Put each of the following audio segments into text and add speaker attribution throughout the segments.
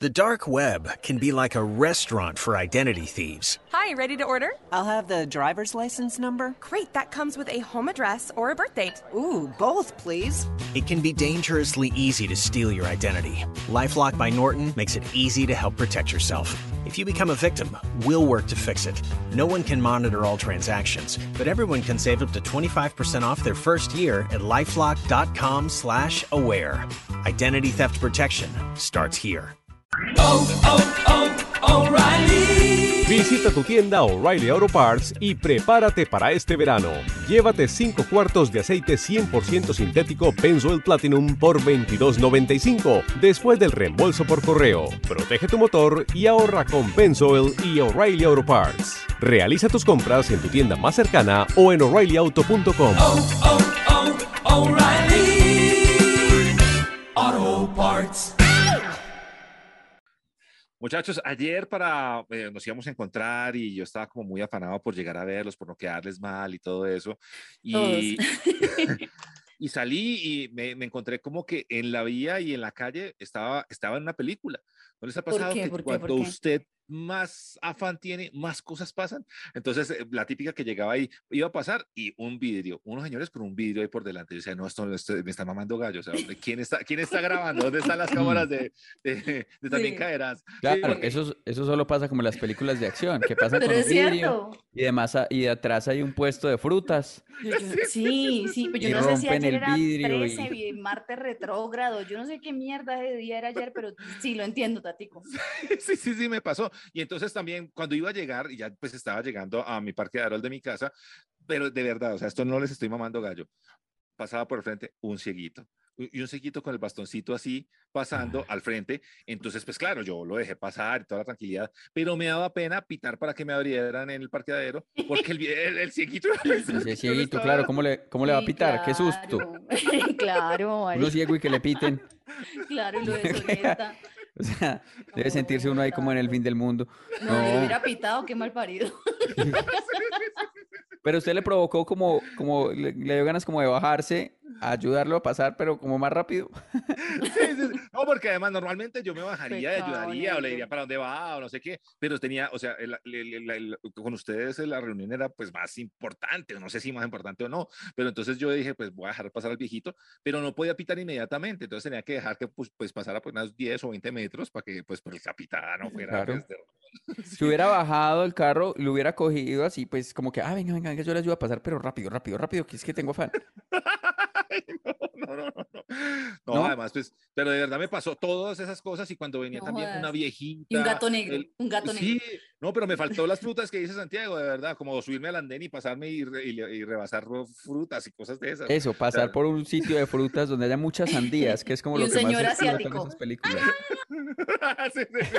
Speaker 1: The dark web can be like a restaurant for identity thieves.
Speaker 2: Hi, ready to order?
Speaker 3: Ah.
Speaker 4: I'll have the driver's license number.
Speaker 2: Great, that comes with a home address or a birth date.
Speaker 4: Ooh, both, please.
Speaker 1: It can be dangerously easy to steal your identity. Lifelock by Norton makes it easy to help protect yourself. If you become a victim, we'll work to fix it. No one can monitor all transactions, but everyone can save up to 25% off their first year at lifelock.com slash aware. Identity theft protection starts here.
Speaker 5: Oh, oh, oh, O'Reilly.
Speaker 6: Visita tu tienda O'Reilly Auto Parts y prepárate para este verano. Llévate 5 cuartos de aceite 100% sintético Benzoyl Platinum por $22.95 después del reembolso por correo. Protege tu motor y ahorra con Benzoyl y O'Reilly Auto Parts. Realiza tus compras en tu tienda más cercana o en o'ReillyAuto.com.
Speaker 5: Oh, oh, oh, O'Reilly. Auto parts.
Speaker 3: Muchachos, ayer para eh, nos íbamos a encontrar y yo estaba como muy afanado por llegar a verlos, por no quedarles mal y todo eso. Y, y salí y me, me encontré como que en la vía y en la calle estaba, estaba en una película. ¿No les ha
Speaker 7: ¿Por
Speaker 3: pasado
Speaker 7: qué?
Speaker 3: que
Speaker 7: ¿Por qué? ¿Por
Speaker 3: cuando
Speaker 7: qué?
Speaker 3: usted más afán tiene, más cosas pasan? Entonces, eh, la típica que llegaba ahí, iba a pasar y un vidrio, unos señores con un vidrio ahí por delante. Yo decía, no, esto, esto- me está mamando gallo. O sea, ¿dónde- ¿quién está, quién está grabando? ¿Dónde están las cámaras de, de, de también
Speaker 7: Sí.
Speaker 3: caerás?
Speaker 8: Claro,
Speaker 3: porque-
Speaker 8: eso, eso solo pasa como en las películas de acción, que pasan
Speaker 7: Pero
Speaker 8: con
Speaker 7: es
Speaker 8: un vidrio
Speaker 7: cierto.
Speaker 8: y además a- y de atrás hay un puesto de frutas.
Speaker 7: Yo- yo- sí, sí, pero
Speaker 8: Y
Speaker 7: yo no sé si
Speaker 8: rompen
Speaker 7: ayer
Speaker 8: el
Speaker 7: era
Speaker 8: vidrio
Speaker 7: 13,
Speaker 8: y-
Speaker 7: y... Marte retrógrado, yo no sé qué mierda de día era ayer, pero sí, lo entiendo, Tatico.
Speaker 3: Sí, sí, sí, me pasó. Y entonces también cuando iba a llegar, y ya pues estaba llegando a mi parque de Arol de mi casa, pero de verdad, o sea, esto no les estoy mamando gallo. Pasaba por el frente un cieguito. Y y un cieguito con el bastoncito así pasando
Speaker 8: Ah.
Speaker 3: al frente. Entonces, pues claro, yo lo dejé pasar y toda la tranquilidad, pero me daba pena pitar para que me abrieran en el parqueadero, porque el, vie- el, el cieguito...
Speaker 8: Ese cieguito, claro, ¿cómo le, cómo le va a
Speaker 7: Sí,
Speaker 8: pitar? Qué susto.
Speaker 7: claro. claro,
Speaker 8: Uno
Speaker 7: marica,
Speaker 8: ciego y que le piten.
Speaker 7: claro, y lo desorienta.
Speaker 8: O sea, debe sentirse uno ahí como en el fin del mundo.
Speaker 7: No, le
Speaker 8: No.
Speaker 7: hubiera pitado, qué mal parido.
Speaker 8: Pero usted le provocó como, como le, le dio ganas como de bajarse, ayudarlo a pasar, pero como más rápido.
Speaker 3: Sí, sí, sí. No, porque además normalmente yo me bajaría y
Speaker 7: Pecado,
Speaker 3: ayudaría o le
Speaker 7: negro.
Speaker 3: diría para dónde va o no sé qué, pero tenía, o sea, el- el- el- el- con ustedes la reunión era pues más importante, no sé si más importante o no, pero entonces yo dije pues voy a dejar pasar al viejito, pero no podía pitar inmediatamente, entonces tenía que dejar que pues, pues pasara por unos 10 o 20 metros para que pues por el capitán no fuera.
Speaker 8: Claro.
Speaker 3: pues, de-
Speaker 8: Si hubiera bajado el carro, lo hubiera cogido así, pues como que, ah, venga, venga, venga, yo le ayudo a pasar, pero rápido, rápido, rápido, que es que tengo afán.
Speaker 3: no, no, no, no. No,
Speaker 8: ¿No?
Speaker 3: además pues, pero de verdad me pasó todas esas cosas y cuando venía
Speaker 7: No
Speaker 3: también una
Speaker 7: jodas.
Speaker 3: viejita.
Speaker 7: Y un gato negro,
Speaker 3: el-
Speaker 7: un gato negro.
Speaker 3: Sí, no, pero me faltó las frutas que dice Santiago, de verdad, como subirme al andén y pasarme y, re- y le- y rebasar ro- frutas y cosas de esas.
Speaker 8: Eso, pasar
Speaker 3: Claro.
Speaker 8: por un sitio de frutas donde haya muchas sandías, que es como
Speaker 7: Y
Speaker 8: lo
Speaker 7: un
Speaker 8: que más
Speaker 7: señor
Speaker 8: explota en
Speaker 7: asiático.
Speaker 8: esas películas.
Speaker 3: Sí, sí,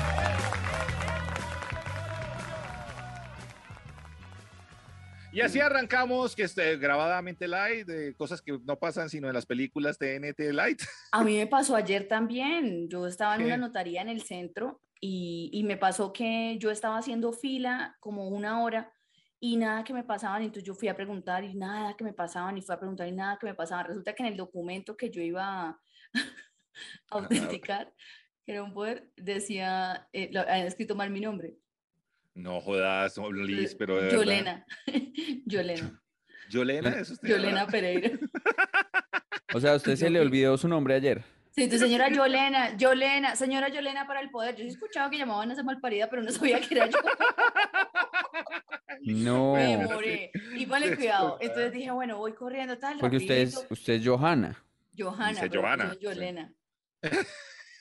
Speaker 3: Y así arrancamos, que este, grabadamente light, de cosas que no pasan sino en las películas TNT light.
Speaker 7: A mí me pasó ayer también. Yo estaba en una
Speaker 3: ¿Qué?
Speaker 7: notaría en el centro y, y me pasó que yo estaba haciendo fila como una hora y nada que me pasaban. Entonces yo fui a preguntar y nada que me pasaban y fui a preguntar y nada que me pasaban. Resulta que en el documento que yo iba a
Speaker 3: Ah,
Speaker 7: autenticar, que era un poder, decía, eh, lo- habían escrito mal mi nombre.
Speaker 3: No jodas, no, Liz, pero de verdad.
Speaker 7: Yolena. Yolena.
Speaker 3: Yolena, eso usted,
Speaker 7: Yolena
Speaker 3: ¿verdad?
Speaker 7: Pereira.
Speaker 8: O sea, a usted se
Speaker 7: Yo
Speaker 8: le
Speaker 7: vi-
Speaker 8: olvidó su nombre ayer.
Speaker 7: Sí, tu señora Yolena, Yolena, señora Yolena para el poder. Yo sí escuchaba que llamaban a esa malparida, pero no sabía que era yo.
Speaker 8: No.
Speaker 7: Me demoré. Y ponle cuidado. Entonces dije, bueno, voy corriendo tal.
Speaker 8: Porque usted es,
Speaker 7: rapidito.
Speaker 8: usted es Johanna.
Speaker 7: Johanna.
Speaker 3: Dice
Speaker 7: pero
Speaker 3: Johanna,
Speaker 7: yo
Speaker 3: sí.
Speaker 7: Yolena.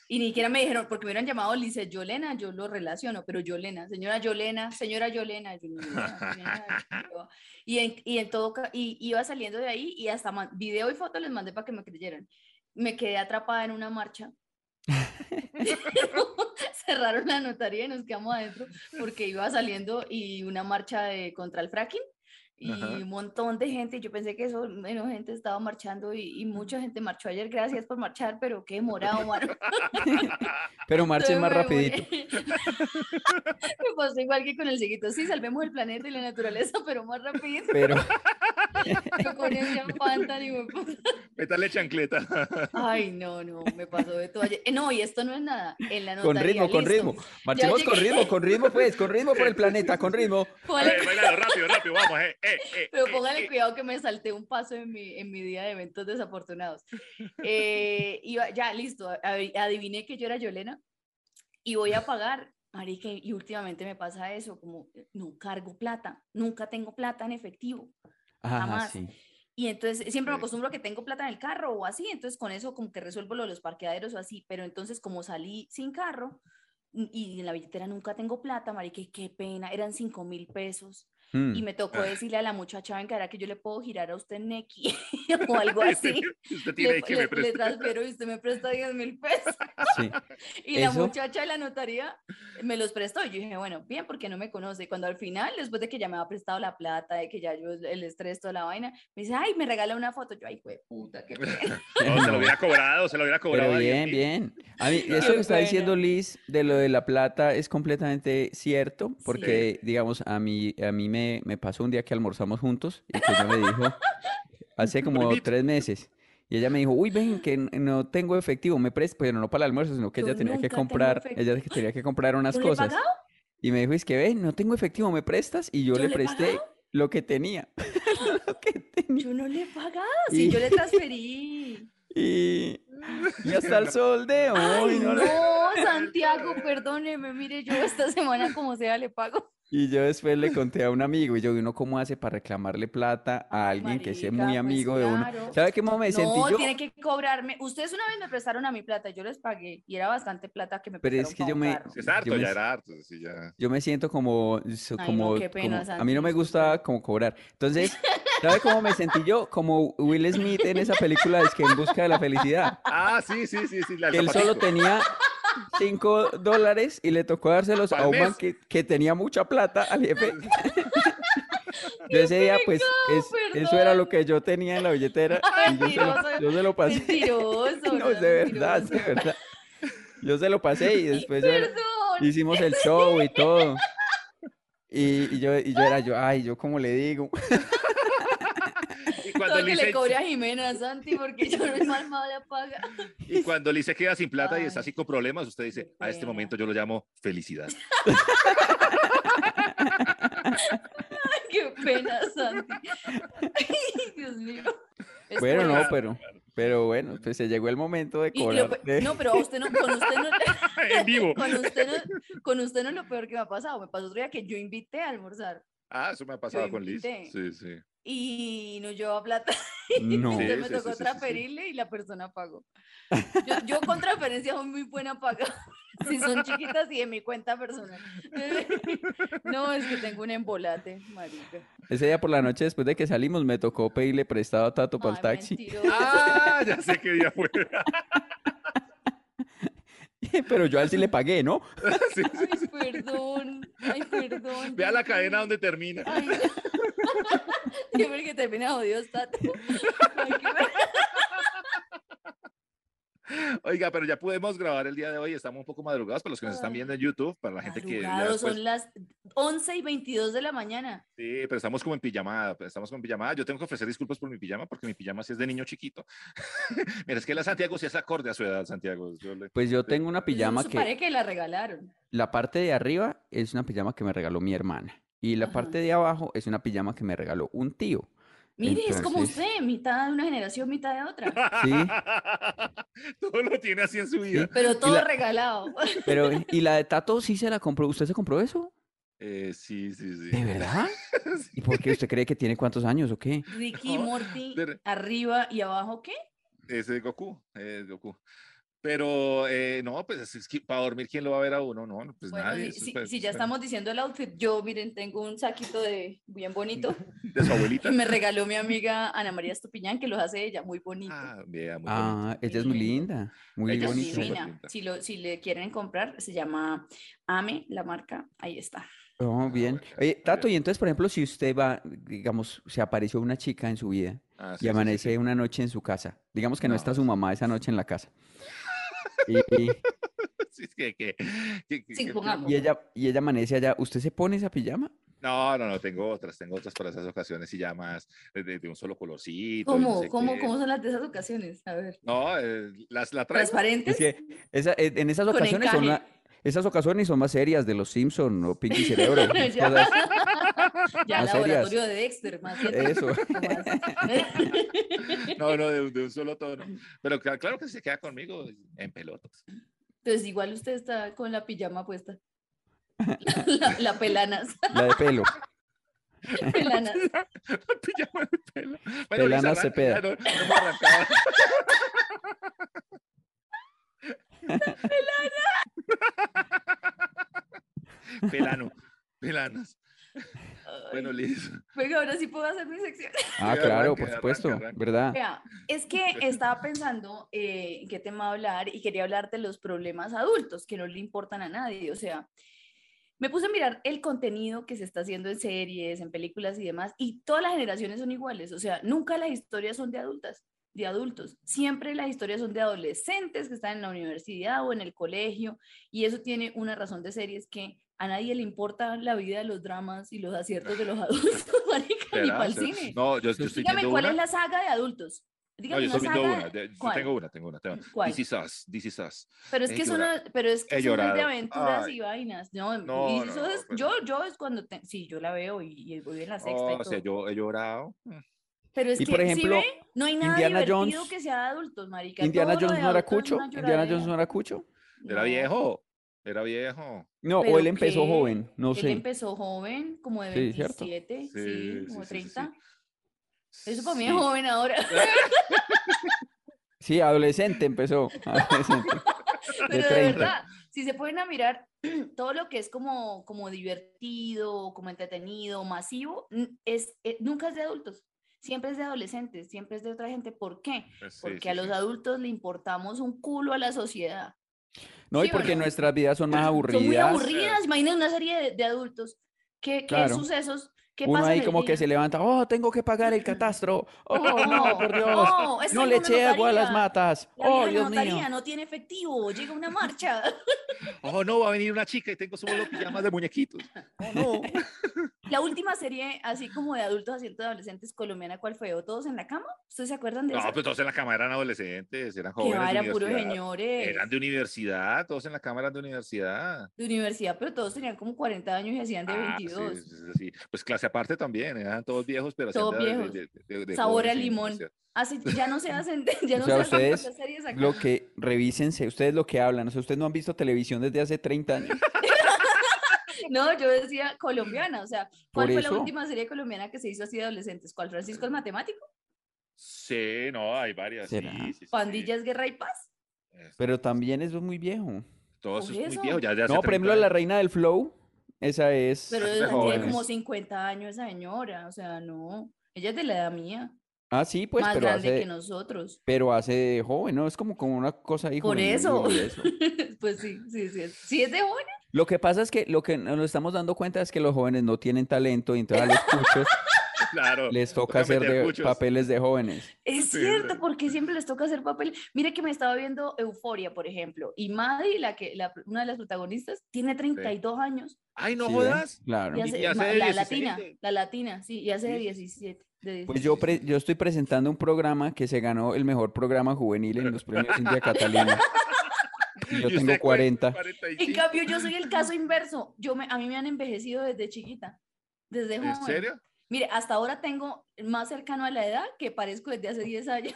Speaker 7: Y ni siquiera me dijeron, porque me hubieran llamado Lice Yolena, yo lo relaciono, pero Yolena, señora Yolena, señora Yolena. yo, señora Yolena. y, en, y en todo ca- y iba saliendo de ahí y hasta man- video y foto les mandé para que me creyeran. Me quedé atrapada en una marcha. Cerraron la notaría y nos quedamos adentro porque iba saliendo y una marcha de, contra el fracking y
Speaker 3: Ajá.
Speaker 7: un montón de gente. Yo pensé que eso menos gente estaba marchando y, y mucha gente marchó ayer. Gracias por marchar, pero qué morado, mano.
Speaker 8: Pero marchen más
Speaker 7: Entonces me
Speaker 8: rapidito.
Speaker 7: demoré. Me pasó igual que con el seguito. Sí, salvemos el planeta y la naturaleza, pero más rapidito.
Speaker 8: Pero,
Speaker 7: Yo con ese afán tan hijo de puta.
Speaker 3: Métale chancleta.
Speaker 7: Ay, no, no, me pasó de todo ayer. Eh, No, y esto no es nada. En la
Speaker 8: con
Speaker 7: notaría,
Speaker 8: ritmo, con
Speaker 7: listo.
Speaker 8: ritmo. Marchemos con
Speaker 7: llegué.
Speaker 8: ritmo, con ritmo, pues, con ritmo por el planeta, con ritmo.
Speaker 7: Póngale-
Speaker 3: Eh, bailalo, rápido, rápido, vamos, eh, eh, eh,
Speaker 7: Pero
Speaker 3: eh,
Speaker 7: póngale
Speaker 3: eh.
Speaker 7: cuidado que me salté un paso en mi, en mi día de eventos desafortunados. Eh, iba- ya, listo, a- adiviné que yo era Yolena y voy a pagar. Marica, y últimamente me pasa eso, como eh, no cargo plata, nunca tengo plata en efectivo.
Speaker 8: Ajá,
Speaker 7: Jamás.
Speaker 8: sí.
Speaker 7: Y entonces siempre me
Speaker 3: Sí.
Speaker 7: acostumbro a que tengo plata en el carro o así, entonces con eso como que resuelvo lo de los parqueaderos o así, pero entonces como salí sin carro n- y en la billetera nunca tengo plata, marica, y qué pena, eran cinco mil pesos.
Speaker 8: Mm.
Speaker 7: Y me
Speaker 3: Ah.
Speaker 7: tocó decirle a la muchacha, venga, ¿era que yo le puedo girar a usted Neki o algo así?
Speaker 3: Usted tiene
Speaker 7: Le,
Speaker 3: ahí que
Speaker 7: le-
Speaker 3: me
Speaker 7: le
Speaker 3: presta.
Speaker 7: transfiero y usted me presta 10 mil pesos.
Speaker 8: Sí.
Speaker 7: Y la
Speaker 8: Eso-
Speaker 7: muchacha de la notaría me los prestó. Y yo dije, bueno, bien, porque no me conoce. Cuando al final, después de que ya me había prestado la plata, de que ya yo el estrés, toda la vaina, me dice, ay, me regala una foto. Yo, ay, güey, puta, qué pena.
Speaker 3: No, se lo hubiera cobrado, se lo hubiera cobrado.
Speaker 8: Pero
Speaker 3: ahí,
Speaker 8: bien,
Speaker 3: eh.
Speaker 8: bien. A mí, eso que está diciendo Liz de lo de la plata es completamente cierto, porque, digamos, a mí, a mí me, me pasó un día que almorzamos juntos y que ella me dijo, hace como
Speaker 3: Primito.
Speaker 8: tres meses, y ella me dijo, uy, ven, que n- no tengo efectivo, me prestes, pero no para el almuerzo, sino que
Speaker 7: Yo
Speaker 8: ella tenía
Speaker 7: nunca
Speaker 8: que
Speaker 7: tengo
Speaker 8: comprar,
Speaker 7: efectivo.
Speaker 8: ella que tenía que comprar unas
Speaker 7: ¿Yo le he
Speaker 8: cosas.
Speaker 7: pagado?
Speaker 8: Y me dijo, es que ven, no tengo efectivo, ¿me prestas? Y yo
Speaker 7: ¿Yo
Speaker 8: le
Speaker 7: le he
Speaker 8: presté
Speaker 7: pagado?
Speaker 8: lo que tenía. Lo que tenía.
Speaker 7: Yo no le he pagado, sí,
Speaker 8: Y-
Speaker 7: yo le transferí.
Speaker 8: Y, y hasta el sol de hoy
Speaker 7: Ay,
Speaker 8: no
Speaker 7: no,
Speaker 8: le-
Speaker 7: Santiago, perdóneme, mire, yo esta semana como sea le pago.
Speaker 8: Y yo después le conté a un amigo, y yo, ¿y uno cómo hace para reclamarle plata a alguien que sea muy
Speaker 7: marica, pues
Speaker 8: amigo de uno?
Speaker 7: claro.
Speaker 8: ¿Sabe qué modo me sentí
Speaker 7: No,
Speaker 8: yo?
Speaker 7: tiene que cobrarme. Ustedes una vez me prestaron a mi plata, yo les pagué y era bastante plata que me
Speaker 8: Pero
Speaker 7: prestaron.
Speaker 8: es que
Speaker 7: pa'
Speaker 8: yo
Speaker 7: un
Speaker 8: me-
Speaker 7: carro.
Speaker 3: Sí, Es harto,
Speaker 8: Yo me-
Speaker 3: ya era harto. sí, ya.
Speaker 8: Yo me siento como, so-
Speaker 7: Ay, no,
Speaker 8: como,
Speaker 7: qué pena,
Speaker 8: como- a mí no me
Speaker 7: Santi,
Speaker 8: gusta como cobrar. Entonces, ¿sabe cómo me sentí yo? Como Will Smith en esa película de es que en busca de la felicidad.
Speaker 3: Ah, sí, sí, sí, sí. la del
Speaker 8: Que él solo
Speaker 3: zapatico.
Speaker 8: tenía cinco dólares y le tocó dárselos
Speaker 3: Pa'l
Speaker 8: a un man
Speaker 3: mes.
Speaker 8: que, que tenía mucha plata al jefe. Yo ese día, pues, es- eso era lo que yo tenía en la billetera.
Speaker 7: Ay,
Speaker 8: y yo, se lo,
Speaker 7: mentiroso,
Speaker 8: yo se lo pasé.
Speaker 7: Mentiroso.
Speaker 8: No, de verdad, de verdad. Yo se lo pasé y después yo-
Speaker 7: Perdón.
Speaker 8: hicimos el show y todo. Y, y yo, y yo era yo, ay, yo como le digo.
Speaker 3: Y
Speaker 7: Todo
Speaker 3: cuando
Speaker 7: que le
Speaker 3: Lice-
Speaker 7: cobré a Jimena, Santi, porque yo no es mal mala paga.
Speaker 3: Y cuando Lice queda sin plata y está
Speaker 7: Ay,
Speaker 3: así con problemas, usted dice,
Speaker 7: qué
Speaker 3: a este
Speaker 7: pena.
Speaker 3: momento yo lo llamo felicidad.
Speaker 7: Qué pena, Santi. Ay, Dios mío. Es
Speaker 8: Bueno, no,
Speaker 7: cruel.
Speaker 8: pero, pero bueno, pues se llegó el momento de
Speaker 7: Y lo
Speaker 8: cobrar.
Speaker 7: pe- no, pero a usted no, con usted no,
Speaker 3: en vivo.
Speaker 7: con usted no, con usted no es lo peor que me ha pasado. Me pasó otro día que yo invité a almorzar
Speaker 3: Ah, eso me ha pasado con Liz.
Speaker 7: invité.
Speaker 3: Sí, sí.
Speaker 7: y no llevaba plata.
Speaker 8: No.
Speaker 3: Sí,
Speaker 7: Entonces me
Speaker 3: sí,
Speaker 7: tocó
Speaker 3: sí, sí, sí.
Speaker 7: transferirle y la persona pagó. Yo, yo con transferencias soy muy buena paga. Si son chiquitas y de mi cuenta personal. No, es que tengo un embolate, marica.
Speaker 8: Ese día por la noche, después de que salimos, me tocó pedirle prestado a Tato para el
Speaker 7: Ay,
Speaker 8: taxi.
Speaker 7: mentiroso.
Speaker 3: Ah, ya sé qué día fue.
Speaker 8: Pero yo a él sí le pagué, ¿no?
Speaker 3: Sí, sí.
Speaker 7: Ay, perdón. Ay, perdón.
Speaker 3: Vea
Speaker 7: yo
Speaker 3: la
Speaker 7: no
Speaker 3: cadena
Speaker 7: sabía.
Speaker 3: donde termina.
Speaker 7: Ay, no. Siempre que termina jodido está. Ay, qué ver-
Speaker 3: Oiga, pero ya pudimos grabar el día de hoy. Estamos un poco madrugados para los que nos están viendo en YouTube, para la pues gente que. ya
Speaker 7: Madrugado,
Speaker 3: después-
Speaker 7: son las 11 y 22 de la mañana.
Speaker 3: Sí, pero estamos como en pijamada, pues, estamos como en pijamada. Yo tengo que ofrecer disculpas por mi pijama porque mi pijama sí es de niño chiquito. Mira, es que la Santiago sí es acorde a su edad, Santiago. Yo le-
Speaker 8: Pues yo tengo una pijama
Speaker 7: Eso
Speaker 8: que
Speaker 7: Parece que la regalaron.
Speaker 8: la parte de arriba es una pijama que me regaló mi hermana. Y la
Speaker 7: Ajá.
Speaker 8: parte de abajo es una pijama que me regaló un tío.
Speaker 7: Mire, es como
Speaker 8: Entonces-
Speaker 7: usted, mitad de una generación, mitad de otra.
Speaker 3: Todo lo tiene así en su vida.
Speaker 7: Pero todo
Speaker 8: la-
Speaker 7: regalado.
Speaker 8: Pero, ¿y la de Tato sí se la compró? ¿Usted se compró eso?
Speaker 3: Eh, sí, sí, sí.
Speaker 8: ¿De verdad? ¿Y por qué usted cree que tiene cuántos años o qué?
Speaker 7: Ricky Morty, arriba y abajo, ¿qué?
Speaker 3: Ese es Goku, eh, es Goku. Pero eh, no, pues es que para dormir, ¿quién lo va a ver a uno? No, pues
Speaker 7: Bueno,
Speaker 3: nadie.
Speaker 7: si,
Speaker 3: eso
Speaker 7: si-
Speaker 3: pues,
Speaker 7: si ya estamos diciendo el outfit, yo miren, tengo un saquito de bien bonito
Speaker 3: De su abuelita.
Speaker 7: que me regaló mi amiga Ana María Estupiñán, que los hace ella, muy bonito.
Speaker 3: Ah, vea, muy bonito.
Speaker 8: Ah, ella es muy linda, muy
Speaker 7: Ella
Speaker 3: Ella
Speaker 7: es
Speaker 3: bonito.
Speaker 8: bonita.
Speaker 7: divina.
Speaker 3: bonita.
Speaker 7: Si, lo, si le quieren comprar, se llama Ame, la marca, ahí está.
Speaker 8: Oh, bien.
Speaker 3: bueno,
Speaker 8: Oye,
Speaker 3: está
Speaker 8: Tato,
Speaker 3: bien.
Speaker 8: y entonces, por ejemplo, si usted va, digamos, se apareció una chica en su vida
Speaker 3: Ah, sí,
Speaker 8: y
Speaker 3: sí, sí,
Speaker 8: amanece
Speaker 3: sí.
Speaker 8: una noche en su casa, digamos que no,
Speaker 3: No,
Speaker 8: está
Speaker 3: sí.
Speaker 8: su mamá esa noche en la casa, y, y-
Speaker 3: Sí, es que- que- que- que-
Speaker 7: Sí,
Speaker 3: que-
Speaker 7: pongamos.
Speaker 8: y ella, y ella amanece allá, ¿usted se pone esa pijama?
Speaker 3: No, no, no, tengo otras, tengo otras para esas ocasiones y ya más eh, de, de un solo colorcito. y no
Speaker 7: ¿Cómo,
Speaker 3: sé
Speaker 7: cómo,
Speaker 3: qué.
Speaker 7: cómo son las de esas ocasiones? A ver.
Speaker 3: No, eh, las, la traigo.
Speaker 8: Es
Speaker 7: ¿Transparentes?
Speaker 8: que esa- e, en en esas
Speaker 7: Con
Speaker 8: ocasiones son
Speaker 7: encaje.
Speaker 8: la- esas ocasiones son más serias de los Simpson o Pinky Cerebro, esas
Speaker 7: ya,
Speaker 8: cosas,
Speaker 7: ya
Speaker 8: no serias.
Speaker 7: laboratorio de Dexter, más bien.
Speaker 8: eso.
Speaker 3: No, no, de, un- de un solo tono. Pero cla- claro que se queda conmigo en pelotas.
Speaker 7: Entonces, igual usted está con la pijama puesta. La, la pelanas,
Speaker 8: La de pelo.
Speaker 7: pelanas.
Speaker 3: Pijama de pelo. Bueno,
Speaker 8: Pelana
Speaker 3: Luis, arranca,
Speaker 8: Cepeda.
Speaker 3: ya no- no hemos arrancado. Pelano. Pelanas. Bueno, Liz.
Speaker 7: Venga, ahora sí puedo hacer mi sección.
Speaker 8: Ah,
Speaker 3: Sí,
Speaker 8: claro, por
Speaker 3: arranque,
Speaker 8: supuesto,
Speaker 3: arranque, arranque.
Speaker 8: ¿verdad?
Speaker 7: Vea, es que estaba pensando eh, en qué tema hablar y quería hablar de los problemas adultos que no le importan a nadie. O sea, me puse a mirar el contenido que se está haciendo en series, en películas y demás, y todas las generaciones son iguales. O sea, nunca las historias son de adultas, de adultos. Siempre las historias son de adolescentes que están en la universidad o en el colegio, y eso tiene una razón de ser y es que a nadie le importa la vida, los dramas y los aciertos de los adultos, marica, ni
Speaker 3: ¿Será?
Speaker 7: para el
Speaker 3: ¿Será?
Speaker 7: cine.
Speaker 3: No, yo, yo estoy
Speaker 7: Dígame
Speaker 3: viendo
Speaker 7: cuál
Speaker 3: una.
Speaker 7: es la saga de adultos.
Speaker 3: No,
Speaker 7: Dígame
Speaker 3: yo
Speaker 7: una
Speaker 3: estoy viendo
Speaker 7: saga.
Speaker 3: una. de- Yo
Speaker 7: ¿Cuál?
Speaker 3: tengo una, tengo una. tengo una.
Speaker 7: ¿Cuál?
Speaker 3: This is us, this is us.
Speaker 7: Pero es
Speaker 3: He
Speaker 7: que son,
Speaker 3: llorado.
Speaker 7: a- pero es que
Speaker 3: He
Speaker 7: son las de
Speaker 3: llorado.
Speaker 7: aventuras
Speaker 3: Ay.
Speaker 7: y vainas. No,
Speaker 3: No,
Speaker 7: y
Speaker 3: no, no,
Speaker 7: eso es-
Speaker 3: pero-
Speaker 7: yo, yo es cuando te- sí, yo la veo y, y voy en la sexta y
Speaker 3: Oh, o
Speaker 7: todo.
Speaker 3: sea, yo he llorado.
Speaker 7: Pero es
Speaker 8: Y
Speaker 7: que,
Speaker 8: por
Speaker 7: ¿sí
Speaker 8: ejemplo,
Speaker 7: ve? no hay nada
Speaker 8: Indiana
Speaker 7: divertido
Speaker 8: Jones-
Speaker 7: que sea de adultos, marica.
Speaker 8: Indiana
Speaker 7: Todo lo
Speaker 8: Jones
Speaker 7: de
Speaker 8: no era
Speaker 7: adultos es
Speaker 8: cucho,
Speaker 7: una
Speaker 8: Indiana Jones no
Speaker 7: lloradera.
Speaker 8: era cucho.
Speaker 3: Era
Speaker 7: No,
Speaker 3: viejo, era viejo.
Speaker 8: No, o
Speaker 7: ¿pero
Speaker 8: él empezó
Speaker 7: qué?
Speaker 8: joven, no sé.
Speaker 7: Él empezó joven, como de
Speaker 8: Sí, cierto.
Speaker 7: 27, sí,
Speaker 3: Sí,
Speaker 7: como
Speaker 3: sí, sí, sí, sí.
Speaker 7: 30. Eso para mí es
Speaker 3: Sí.
Speaker 7: joven ahora.
Speaker 8: Sí, adolescente empezó. adolescente.
Speaker 7: Pero de
Speaker 8: 30.
Speaker 7: verdad, si se pueden a mirar todo lo que es como, como divertido, como entretenido, masivo, n- es, eh, nunca es de adultos, siempre es de adolescentes, siempre es de otra gente. ¿Por qué?
Speaker 3: Pues sí,
Speaker 7: Porque
Speaker 3: sí,
Speaker 7: a los
Speaker 3: sí.
Speaker 7: adultos le importamos un culo a la sociedad.
Speaker 8: No, y
Speaker 7: ¿Sí o
Speaker 8: porque
Speaker 7: no?
Speaker 8: nuestras vidas son más
Speaker 7: Son muy
Speaker 8: aburridas.
Speaker 7: aburridas, imagínense una serie de, de adultos. ¿Qué, qué
Speaker 8: Claro.
Speaker 7: sucesos? ¿Qué
Speaker 8: Uno
Speaker 7: pasa
Speaker 8: ahí como que se levanta, oh, tengo que pagar el catastro. Oh, no, por Dios.
Speaker 7: no, esa
Speaker 8: No
Speaker 7: vieja
Speaker 8: le
Speaker 7: me
Speaker 8: eché agua a las
Speaker 7: mataría.
Speaker 8: matas.
Speaker 7: La
Speaker 8: Oh,
Speaker 7: vieja
Speaker 8: Dios
Speaker 7: me mataría,
Speaker 8: mío.
Speaker 7: no tiene efectivo, llega una marcha.
Speaker 3: Oh, no, va a venir una chica y tengo solo pijamas de muñequitos. Oh, no.
Speaker 7: La última serie, así como de adultos haciendo de adolescentes colombiana, ¿cuál fue? ¿O todos en la cama? ¿Ustedes se acuerdan de
Speaker 3: No,
Speaker 7: esa?
Speaker 3: pero todos en la cama eran adolescentes, eran
Speaker 7: que
Speaker 3: jóvenes. de
Speaker 7: eran puros
Speaker 3: universidad.
Speaker 7: señores
Speaker 3: Eran de universidad, todos en la cama eran de universidad.
Speaker 7: de universidad, pero todos tenían como 40 años y hacían de
Speaker 3: Ah, sí,
Speaker 7: 22.
Speaker 3: sí, sí, sí. Pues clase aparte también, eran todos viejos, pero hacían
Speaker 7: Todos
Speaker 3: de- de-
Speaker 7: viejos.
Speaker 3: de- de- de
Speaker 7: Sabor
Speaker 3: jóvenes
Speaker 7: a
Speaker 3: en
Speaker 7: limón.
Speaker 3: universidad.
Speaker 7: Así, ya no se hacen, ya
Speaker 8: O
Speaker 7: no
Speaker 8: sea,
Speaker 7: se hacen
Speaker 8: ustedes
Speaker 7: tantas series acá.
Speaker 8: Lo que revísense, ustedes lo que hablan, o sea, ustedes no han visto televisión desde hace 30 años.
Speaker 7: No, yo decía colombiana, o sea, ¿cuál
Speaker 8: Por
Speaker 7: fue la
Speaker 8: eso.
Speaker 7: última serie colombiana que se hizo así de adolescentes? ¿Cuál? ¿Francisco el matemático?
Speaker 3: Sí, no, hay varias. sí,
Speaker 8: ¿Será?
Speaker 3: sí, sí, sí.
Speaker 7: ¿Pandillas, guerra y paz?
Speaker 3: Es-
Speaker 8: Pero también eso es muy viejo.
Speaker 3: Todo
Speaker 7: por
Speaker 3: eso es muy
Speaker 7: eso.
Speaker 3: viejo, ya de hace
Speaker 8: No, por
Speaker 3: 30
Speaker 8: ejemplo, la
Speaker 3: años.
Speaker 8: reina del flow, esa es.
Speaker 7: Pero
Speaker 3: de
Speaker 7: esa tiene como
Speaker 8: jóvenes.
Speaker 7: 50 años esa señora, o sea, no, ella es de la edad mía,
Speaker 8: Ah, sí, pues,
Speaker 7: más
Speaker 8: pero
Speaker 7: grande
Speaker 8: hace,
Speaker 7: que nosotros.
Speaker 8: pero hace de joven, ¿no? Es como, como una cosa ahí.
Speaker 7: Por
Speaker 8: juvenil,
Speaker 7: eso.
Speaker 8: y eso.
Speaker 7: pues sí, sí, sí. es- Sí es de jóvenes.
Speaker 8: Lo que pasa es que lo que nos estamos dando cuenta es que los jóvenes no tienen talento y entonces a los cuchos
Speaker 3: Claro,
Speaker 8: les toca hacer
Speaker 3: meter
Speaker 8: de
Speaker 3: cuchos.
Speaker 8: papeles de jóvenes.
Speaker 7: Es
Speaker 3: Sí,
Speaker 7: cierto,
Speaker 3: sí.
Speaker 7: porque siempre les toca hacer papel. Mire que me estaba viendo Euforia, por ejemplo, y Maddie, la que, la, una de las protagonistas, tiene 32 años.
Speaker 3: Ay, no
Speaker 8: ¿sí ven?
Speaker 3: jodas.
Speaker 8: Claro.
Speaker 7: y
Speaker 3: Y-
Speaker 7: hace-
Speaker 3: y hace
Speaker 7: ma-
Speaker 3: de
Speaker 7: la
Speaker 3: 16
Speaker 7: latina,
Speaker 3: de-
Speaker 7: la latina, sí, y hace de
Speaker 3: Sí,
Speaker 7: 17. de
Speaker 8: Pues
Speaker 7: 16.
Speaker 8: yo, pre- yo estoy presentando un programa que se ganó el mejor programa juvenil en los premios India Catalina. Y yo
Speaker 3: Y usted
Speaker 8: tengo
Speaker 3: cuenta
Speaker 8: 40.
Speaker 3: 45.
Speaker 7: En cambio, yo soy el caso inverso. Yo me, a mí me han envejecido desde chiquita, desde joven.
Speaker 3: ¿En serio?
Speaker 7: Mire, hasta ahora tengo más cercano a la edad que parezco desde hace 10 años.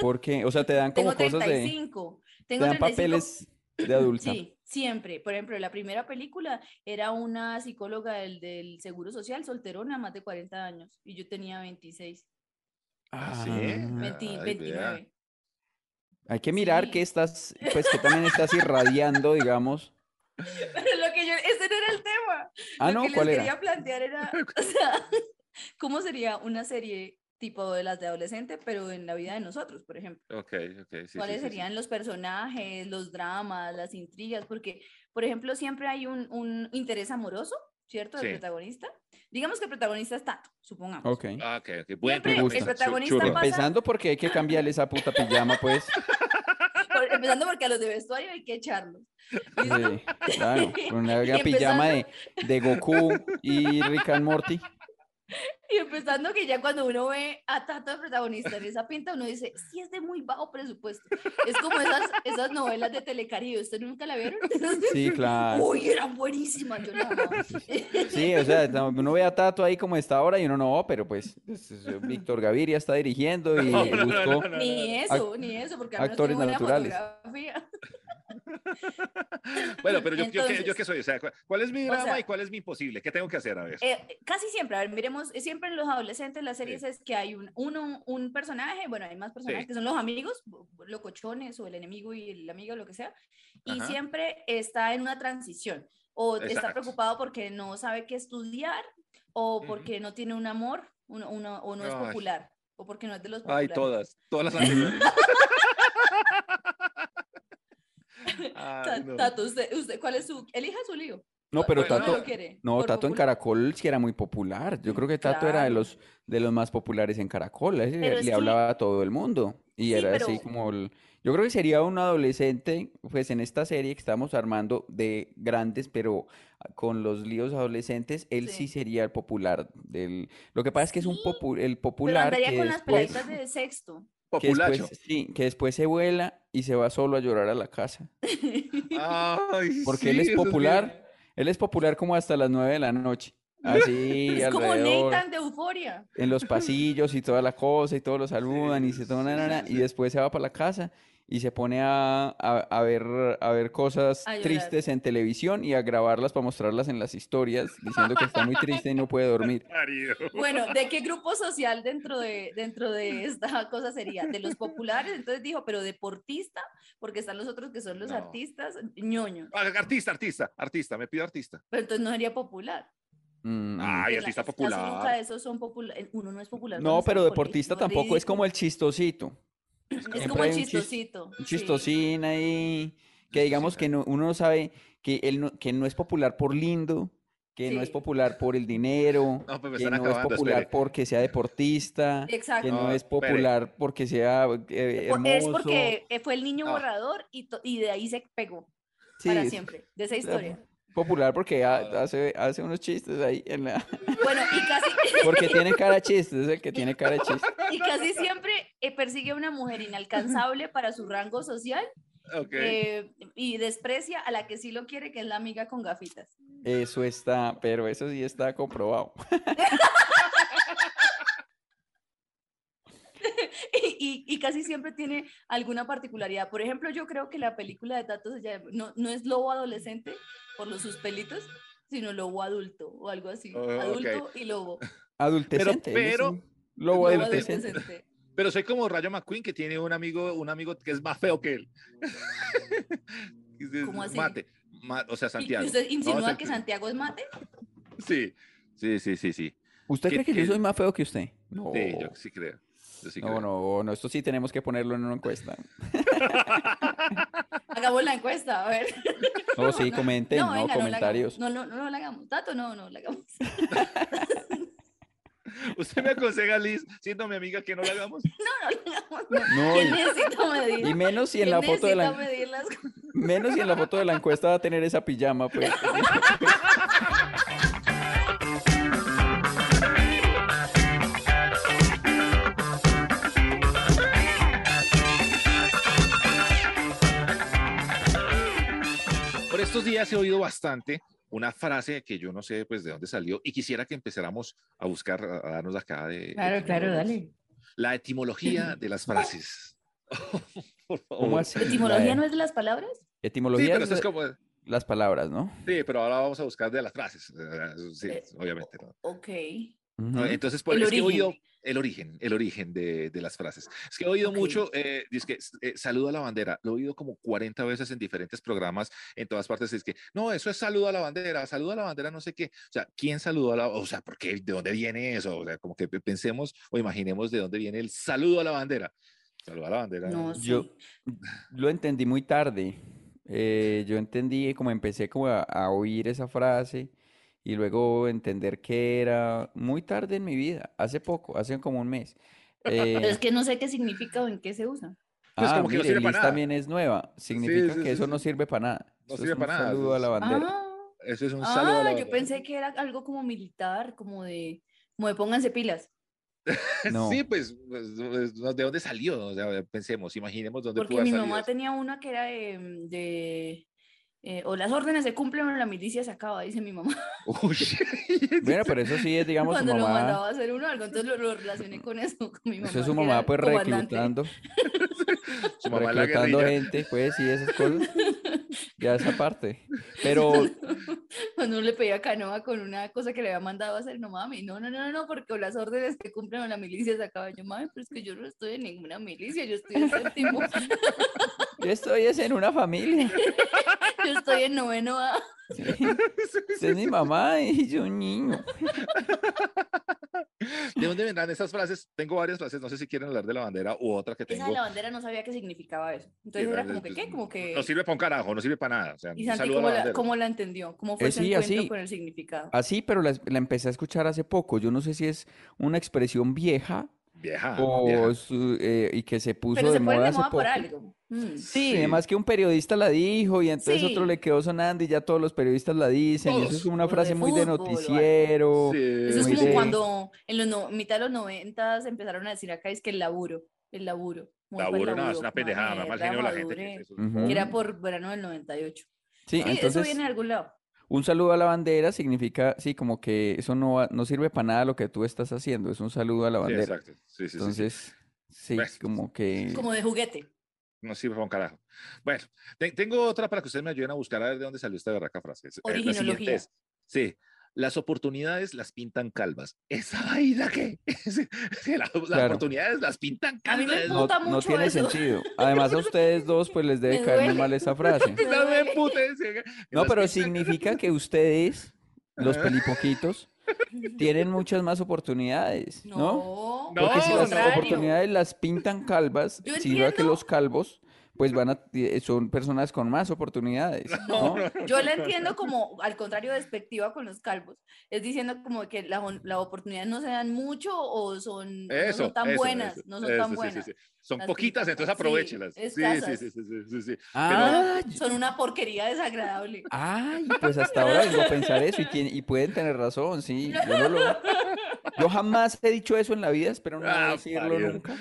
Speaker 8: ¿Por qué? O sea, te dan como
Speaker 7: Tengo
Speaker 8: cosas de...
Speaker 7: 35.
Speaker 8: Te
Speaker 7: Tengo
Speaker 8: dan
Speaker 7: 35
Speaker 8: papeles de adulta.
Speaker 7: Sí, siempre. Por ejemplo, la primera película era una psicóloga del, del Seguro Social, solterona, más de 40 años, y yo tenía 26.
Speaker 3: Ah, sí.
Speaker 7: 20
Speaker 3: Ay,
Speaker 7: 29.
Speaker 3: vea.
Speaker 8: Hay que mirar
Speaker 7: Sí.
Speaker 8: que estás, pues que también estás irradiando, digamos.
Speaker 7: Pero lo que yo, ese no era el tema.
Speaker 8: Ah,
Speaker 7: Lo
Speaker 8: no,
Speaker 7: que les
Speaker 8: ¿cuál era?
Speaker 7: quería plantear era, o sea, ¿cómo sería una serie tipo de las de adolescente, pero en la vida de nosotros, por ejemplo?
Speaker 3: Ok, ok. sí, sí,
Speaker 7: ¿Cuáles
Speaker 3: sí, sí.
Speaker 7: serían los personajes, los dramas, las intrigas? Porque, por ejemplo, siempre hay un, un interés amoroso, ¿cierto? Del
Speaker 3: Sí.
Speaker 7: protagonista. Digamos que el protagonista es Tato, supongamos.
Speaker 8: Ok.
Speaker 3: Ah, ok, ok. Bueno,
Speaker 7: Siempre
Speaker 3: me
Speaker 8: el
Speaker 3: gusta. Chu-
Speaker 7: protagonista
Speaker 3: churro.
Speaker 7: pasa-
Speaker 8: Empezando porque hay que cambiarle esa puta pijama, pues.
Speaker 7: Por- empezando porque a los de vestuario hay que echarlos.
Speaker 8: Sí, claro, con una
Speaker 7: Y
Speaker 8: pijama de, de Goku y Rick and Morty.
Speaker 7: Y empezando que ya cuando uno ve a Tato el protagonista en esa pinta, uno dice, sí es de muy bajo presupuesto. Es como esas, esas novelas de Telecaribe, ¿ustedes nunca la vieron?
Speaker 8: Sí, claro.
Speaker 7: Uy, eran buenísimas, yo la amaba.
Speaker 8: Sí, o sea, no- uno ve a Tato ahí como está ahora y uno no, pero pues es- es- Víctor Gaviria está dirigiendo y
Speaker 3: No, no, no,
Speaker 8: buscó.
Speaker 3: no, no,
Speaker 7: Ni
Speaker 8: no.
Speaker 7: eso, ni eso, porque al menos
Speaker 8: Actores
Speaker 7: tengo buena
Speaker 8: naturales.
Speaker 7: fotografía.
Speaker 3: Bueno, pero yo, yo qué- yo,
Speaker 7: Entonces-
Speaker 3: qué soy, o sea, ¿cuál- ¿cuál es mi drama
Speaker 7: sea-
Speaker 3: y cuál es mi imposible? ¿Qué tengo que hacer a ver?
Speaker 7: Eh, casi siempre, a ver, miremos, eh, siempre en los adolescentes las series es que hay un, uno, un personaje, bueno, hay más personajes
Speaker 3: Sí.
Speaker 7: que son los amigos, bo- bo- locochones o el enemigo y el amigo, lo que sea, y
Speaker 3: Ajá.
Speaker 7: siempre está en una transición, o está
Speaker 3: Exacto.
Speaker 7: preocupado porque no sabe qué estudiar, o porque no tiene un amor, uno, uno- o no es
Speaker 3: Ay.
Speaker 7: popular, o porque no es de los
Speaker 3: Ay,
Speaker 7: populares.
Speaker 3: todas, todas las anteriores. Ay,
Speaker 7: Ta-
Speaker 3: no.
Speaker 7: Tato, usted, usted, ¿cuál es su, elija su lío?
Speaker 8: No, pero
Speaker 7: ¿Por qué
Speaker 8: Tato,
Speaker 7: lo quiere?
Speaker 8: no,
Speaker 7: ¿Por
Speaker 8: Tato en
Speaker 7: popular?
Speaker 8: Caracol sí era muy popular. Yo creo que Tato era de
Speaker 7: Claro.
Speaker 8: los de los más populares en Caracol. a ese
Speaker 7: Pero es
Speaker 8: le
Speaker 7: que-
Speaker 8: hablaba a todo el mundo y
Speaker 7: Sí,
Speaker 8: era así
Speaker 7: pero-
Speaker 8: como el- Yo creo que sería un adolescente, pues en esta serie que estamos armando de grandes, pero con los líos adolescentes, él sí
Speaker 7: Sí.
Speaker 8: sería el popular del. Lo que pasa es que es un
Speaker 7: Sí,
Speaker 8: popu- el
Speaker 7: Pero
Speaker 8: popular
Speaker 7: andaría
Speaker 8: que
Speaker 7: con las
Speaker 8: después
Speaker 7: peladitas de sexto.
Speaker 8: que
Speaker 3: Populacho.
Speaker 8: después, sí, que después se vuela y se va solo a llorar a la casa.
Speaker 3: Ay,
Speaker 8: Porque
Speaker 3: sí,
Speaker 8: él es
Speaker 3: eso bien.
Speaker 8: popular, él es popular como hasta las 9 de la noche. Así
Speaker 7: Es como
Speaker 8: alrededor,
Speaker 7: Nathan de Euforia.
Speaker 8: en los pasillos y toda la cosa, y todos lo saludan y se toman
Speaker 3: sí,
Speaker 8: na, na, na,
Speaker 3: sí,
Speaker 8: y
Speaker 3: sí.
Speaker 8: después se va para la casa y se pone a, a- a ver, a ver cosas
Speaker 7: A llorar.
Speaker 8: tristes en televisión y a grabarlas para mostrarlas en las historias, diciendo que está muy triste y no puede dormir.
Speaker 3: Parido.
Speaker 7: Bueno, ¿de qué grupo social dentro de, dentro de esta cosa sería? De los populares, entonces dijo, pero deportista, porque están los otros que son los
Speaker 3: No.
Speaker 7: artistas, ñoño.
Speaker 3: Ah, Artista, artista, artista, me pido artista.
Speaker 7: Pero entonces no sería popular.
Speaker 8: Mm,
Speaker 3: Ay,
Speaker 7: Pues la-
Speaker 3: artista
Speaker 7: casi
Speaker 3: popular.
Speaker 7: nunca de esos son populares. Uno no es popular.
Speaker 8: No,
Speaker 7: cuando está en
Speaker 8: pero
Speaker 7: el
Speaker 8: deportista
Speaker 7: colegio,
Speaker 8: tampoco, es como el chistosito.
Speaker 7: ridículo. Es
Speaker 8: siempre
Speaker 7: como el
Speaker 8: hay un chis-
Speaker 7: chistosito.
Speaker 8: un
Speaker 7: sí.
Speaker 8: chistosín ahí, que digamos que no, uno no sabe que él no, que no es popular por lindo, que no es
Speaker 7: Sí.
Speaker 8: popular por el dinero,
Speaker 3: No, pues me
Speaker 8: que no
Speaker 3: están
Speaker 8: es
Speaker 3: acabando,
Speaker 8: popular
Speaker 3: espere. pues.
Speaker 8: porque sea deportista, que
Speaker 7: Exacto.
Speaker 8: no
Speaker 3: No,
Speaker 8: es
Speaker 3: espere.
Speaker 8: popular porque sea eh,
Speaker 7: Por-
Speaker 8: hermoso.
Speaker 7: Es porque eh, fue el niño
Speaker 3: No.
Speaker 7: borrador y, to- y de ahí se pegó
Speaker 8: Sí,
Speaker 7: para
Speaker 8: es
Speaker 7: siempre, de esa
Speaker 8: la-
Speaker 7: historia.
Speaker 8: Popular porque ha- hace, hace unos chistes ahí, en la-
Speaker 7: Bueno, y casi,
Speaker 8: porque tiene cara de chiste, es el que tiene cara de chiste.
Speaker 7: y casi siempre eh, persigue a una mujer inalcanzable para su rango social
Speaker 3: Ok.
Speaker 7: eh, y desprecia a la que sí lo quiere, que es la amiga con gafitas.
Speaker 8: Eso está, pero eso sí está comprobado.
Speaker 7: Y, y- y casi siempre tiene alguna particularidad. Por ejemplo, yo creo que la película de Tato se llama- no, no es lobo adolescente por los sus pelitos, sino lobo adulto o algo así.
Speaker 3: Oh, ok.
Speaker 7: adulto y lobo.
Speaker 8: Adultecente, él es
Speaker 3: pero- pues
Speaker 8: un lobo
Speaker 7: Lobo
Speaker 8: adultecente.
Speaker 7: adolescente.
Speaker 3: Pero soy como Rayo McQueen que tiene un amigo, un amigo que es más feo que él. Y dices,
Speaker 7: ¿Cómo así?
Speaker 3: Mate, ma- o sea,
Speaker 7: ¿Y- ¿Y
Speaker 3: Santiago.
Speaker 7: usted
Speaker 3: No,
Speaker 7: insinúa
Speaker 3: Santi-
Speaker 7: que Santiago es mate?
Speaker 3: Sí, sí, sí, sí, sí.
Speaker 8: ¿Usted
Speaker 3: que-
Speaker 8: cree que
Speaker 3: que-
Speaker 8: yo soy más feo que usted? No.
Speaker 3: Sí, yo sí creo. Yo sí
Speaker 8: No,
Speaker 3: creo.
Speaker 8: no, no, esto sí tenemos que ponerlo en una encuesta.
Speaker 7: Hagamos la encuesta, a ver.
Speaker 8: No, sí, comenten, no,
Speaker 7: venga, la hagamos.
Speaker 8: comentarios.
Speaker 7: No, no, no, no la hagamos. Tato, no, no la hagamos.
Speaker 3: ¿Usted me aconseja, Liz, siendo mi amiga, que no lo hagamos?
Speaker 7: No, no la hagamos. No.
Speaker 8: No,
Speaker 7: ¿Quién
Speaker 8: y-
Speaker 7: necesita medir?
Speaker 8: y menos si en
Speaker 7: ¿Quién
Speaker 8: la foto de la
Speaker 7: necesita medir las cosas?
Speaker 8: menos si en la foto de la encuesta va a tener esa pijama, pues.
Speaker 3: Por estos días he oído bastante una frase que yo no sé pues de dónde salió y quisiera que empezáramos a buscar, a a darnos acá de... etimólogos. La etimología de las frases. Por favor.
Speaker 8: ¿Cómo así?
Speaker 7: ¿Etimología
Speaker 8: La-
Speaker 7: no es de las palabras?
Speaker 8: Etimología
Speaker 3: pero esto es como-
Speaker 8: las palabras, ¿no?
Speaker 3: Sí, pero ahora vamos a buscar de las frases. Eh, Sí, obviamente. ¿no?
Speaker 7: Ok.
Speaker 3: ¿no? Entonces, por,
Speaker 7: El
Speaker 3: es que he
Speaker 7: origen.
Speaker 3: oído el origen, el origen de, de las frases. Es que he oído
Speaker 7: Ok.
Speaker 3: mucho, eh, dice que eh, saludo a la bandera, lo he oído como 40 veces en diferentes programas, en todas partes, es que, no, eso es saludo a la bandera, saludo a la bandera, no sé qué. O sea, ¿quién saludó a la, o sea, ¿por qué, de dónde viene eso? O sea, como que pe- pensemos o imaginemos de dónde viene el saludo a la bandera. Saludo a la bandera.
Speaker 7: No,
Speaker 8: Yo
Speaker 7: sí.
Speaker 8: lo entendí muy tarde. Eh, yo entendí, como empecé como a, a oír esa frase y luego entender que era muy tarde en mi vida, hace poco, hace como un mes. Eh,
Speaker 7: Pero es que no sé qué significa o en qué se usa.
Speaker 3: Pues
Speaker 8: ah,
Speaker 3: como que no
Speaker 8: mire,
Speaker 3: sirve para
Speaker 8: Liz
Speaker 3: nada.
Speaker 8: también es nueva. Significa
Speaker 3: sí,
Speaker 8: que
Speaker 3: sí,
Speaker 8: eso
Speaker 3: sí.
Speaker 8: no sirve para nada. Eso
Speaker 3: No
Speaker 8: es
Speaker 3: sirve
Speaker 8: un
Speaker 3: para nada,
Speaker 8: saludo a la
Speaker 3: eso es-
Speaker 8: bandera.
Speaker 7: Ah,
Speaker 3: Eso es un saludo a la
Speaker 7: ah,
Speaker 3: bandera.
Speaker 7: yo pensé que era algo como militar, como de, como de pónganse pilas.
Speaker 8: No.
Speaker 3: Sí, pues, pues, pues, no, ¿de dónde salió? O sea, pensemos, imaginemos dónde
Speaker 7: Porque
Speaker 3: pudo haber
Speaker 7: mi
Speaker 3: salido
Speaker 7: mamá
Speaker 3: eso.
Speaker 7: tenía una que era de, de, eh, o las órdenes se cumplen o la milicia se acaba, dice mi mamá.
Speaker 3: Uy,
Speaker 8: Bueno, pero eso sí es, digamos, su
Speaker 7: Cuando lo
Speaker 8: mamá.
Speaker 7: mandaba a hacer uno algo, entonces lo, lo relacioné con eso, con mi mamá.
Speaker 8: Eso es su
Speaker 7: que
Speaker 8: mamá,
Speaker 7: era
Speaker 8: pues,
Speaker 7: comandante.
Speaker 8: reclutando,
Speaker 3: su mamá la
Speaker 8: reclutando
Speaker 3: guerrilla.
Speaker 8: gente, pues, y esas cosas. Ya esa parte. Pero
Speaker 7: Cuando uno le pedía canoa con una cosa que le había mandado a hacer, no mami, no, no, no, no, no, porque las órdenes que cumplen o la milicia se acaba. Yo, mami, pero es que yo no estoy en ninguna milicia, yo estoy en séptimo,
Speaker 3: Ah.
Speaker 8: yo estoy es en una familia.
Speaker 7: yo estoy en noveno A.
Speaker 8: Sí. Usted es mi mamá y yo un niño.
Speaker 3: ¿De dónde vendrán esas frases? Tengo varias frases, no sé si quieren hablar de la bandera u otra que
Speaker 7: Esa
Speaker 3: tengo.
Speaker 7: de la bandera no sabía qué significaba eso. Entonces
Speaker 3: Sí,
Speaker 7: era
Speaker 3: no,
Speaker 7: como
Speaker 3: no,
Speaker 7: que, ¿qué?
Speaker 3: no,
Speaker 7: Como que...
Speaker 3: No sirve para un carajo, no sirve para nada. O sea,
Speaker 7: ¿Y
Speaker 3: un
Speaker 7: Santi
Speaker 3: saludo a
Speaker 7: cómo
Speaker 3: la
Speaker 7: la,
Speaker 3: bandera.
Speaker 7: cómo la entendió? ¿Cómo fue
Speaker 8: Eh,
Speaker 7: su
Speaker 8: sí,
Speaker 7: encuentro
Speaker 8: así.
Speaker 7: con el significado?
Speaker 8: Así, pero la, la empecé a escuchar hace poco. Yo no sé si es una expresión vieja
Speaker 3: Vieja,
Speaker 8: o
Speaker 3: vieja.
Speaker 8: su- eh, y que se puso
Speaker 7: Pero
Speaker 8: de
Speaker 7: se pone
Speaker 8: moda
Speaker 7: de
Speaker 8: hace
Speaker 7: moda por
Speaker 8: poco.
Speaker 7: algo. Mm.
Speaker 8: Sí,
Speaker 3: Sí.
Speaker 8: además que un periodista la dijo y entonces otro
Speaker 7: Sí.
Speaker 8: le quedó sonando y ya todos los periodistas la dicen. Y eso es
Speaker 3: Todos.
Speaker 8: como una
Speaker 7: O de
Speaker 8: frase muy de
Speaker 7: fútbol o algo.
Speaker 8: noticiero.
Speaker 7: Eso es
Speaker 8: muy
Speaker 7: como
Speaker 8: de-
Speaker 7: cuando en los no- mitad de los noventas empezaron a decir acá es que el laburo, el laburo. muy buen
Speaker 3: Laburo, no, es
Speaker 7: laburo,
Speaker 3: una
Speaker 7: como
Speaker 3: pendejada, nada más
Speaker 7: mierda,
Speaker 3: genio la gente. que
Speaker 7: madure,
Speaker 3: dice eso.
Speaker 8: Ujú.
Speaker 7: que era por verano del 98.
Speaker 8: Mm. Sí,
Speaker 7: Sí, eso
Speaker 8: entonces
Speaker 7: viene de algún lado.
Speaker 8: un saludo a la bandera significa, sí, como que eso no, va- no sirve para nada lo que tú estás haciendo. Es un saludo a la
Speaker 3: Sí,
Speaker 8: bandera.
Speaker 3: exacto. Sí, sí, sí, sí.
Speaker 8: Entonces, sí,
Speaker 3: Pues,
Speaker 8: como que...
Speaker 7: Como de juguete.
Speaker 3: No sirve para un carajo. Bueno, te- tengo otra para que ustedes me ayuden a buscar a ver de dónde salió esta barraca frase. Es- eh, la siguiente
Speaker 7: Originología.
Speaker 3: es, sí. Las oportunidades las pintan calvas. ¿Esa vaina qué? Sí, la- las
Speaker 8: Claro.
Speaker 3: oportunidades las pintan
Speaker 7: A mí me
Speaker 3: calvas.
Speaker 8: No,
Speaker 7: puta
Speaker 8: no
Speaker 7: mucho
Speaker 8: tiene
Speaker 7: eso.
Speaker 8: sentido. Además, a ustedes dos, pues les debe
Speaker 7: Me
Speaker 8: caer muy
Speaker 7: duele.
Speaker 8: mal esa frase.
Speaker 7: Me
Speaker 3: No me
Speaker 7: duele.
Speaker 3: emputes, eh,
Speaker 8: No,
Speaker 3: las
Speaker 8: pero
Speaker 3: pintan
Speaker 8: significa que ustedes, los
Speaker 3: Ah.
Speaker 8: pelipoquitos, tienen muchas más oportunidades, ¿no?
Speaker 7: No,
Speaker 3: No,
Speaker 8: Porque
Speaker 7: al
Speaker 8: si las
Speaker 3: no.
Speaker 7: contrario.
Speaker 8: oportunidades las pintan calvas,
Speaker 7: Yo
Speaker 8: significa que
Speaker 7: entiendo.
Speaker 8: los calvos, pues van a, eh, son personas con más oportunidades, ¿no?
Speaker 7: Yo la entiendo como, al contrario, despectiva con los calvos. Es diciendo como que las la oportunidades no se dan mucho o son, no son
Speaker 3: Eso,
Speaker 7: tan
Speaker 3: eso,
Speaker 7: buenas.
Speaker 3: eso,
Speaker 7: No son
Speaker 3: eso,
Speaker 7: tan
Speaker 3: sí, sí,
Speaker 7: buenas.
Speaker 3: sí. Son
Speaker 7: Las
Speaker 3: poquitas,
Speaker 7: pintan,
Speaker 3: entonces
Speaker 7: sí,
Speaker 3: aprovechelas. Sí, sí,
Speaker 7: escasas.
Speaker 3: sí, sí, sí, sí, sí.
Speaker 8: Ah, yo-
Speaker 7: Son una porquería desagradable.
Speaker 8: ay, pues hasta ahora vengo a pensar eso y, tiene- y pueden tener razón, sí. Yo, no lo- yo jamás he dicho eso en la vida, espero no
Speaker 3: Ah,
Speaker 8: decirlo
Speaker 3: parió.
Speaker 8: nunca.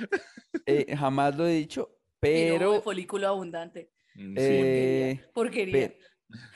Speaker 8: Eh, jamás lo he dicho,
Speaker 7: Pero...
Speaker 8: pero...
Speaker 7: folículo abundante.
Speaker 3: Mm, sí.
Speaker 8: eh,
Speaker 7: Porquería.
Speaker 8: Pe-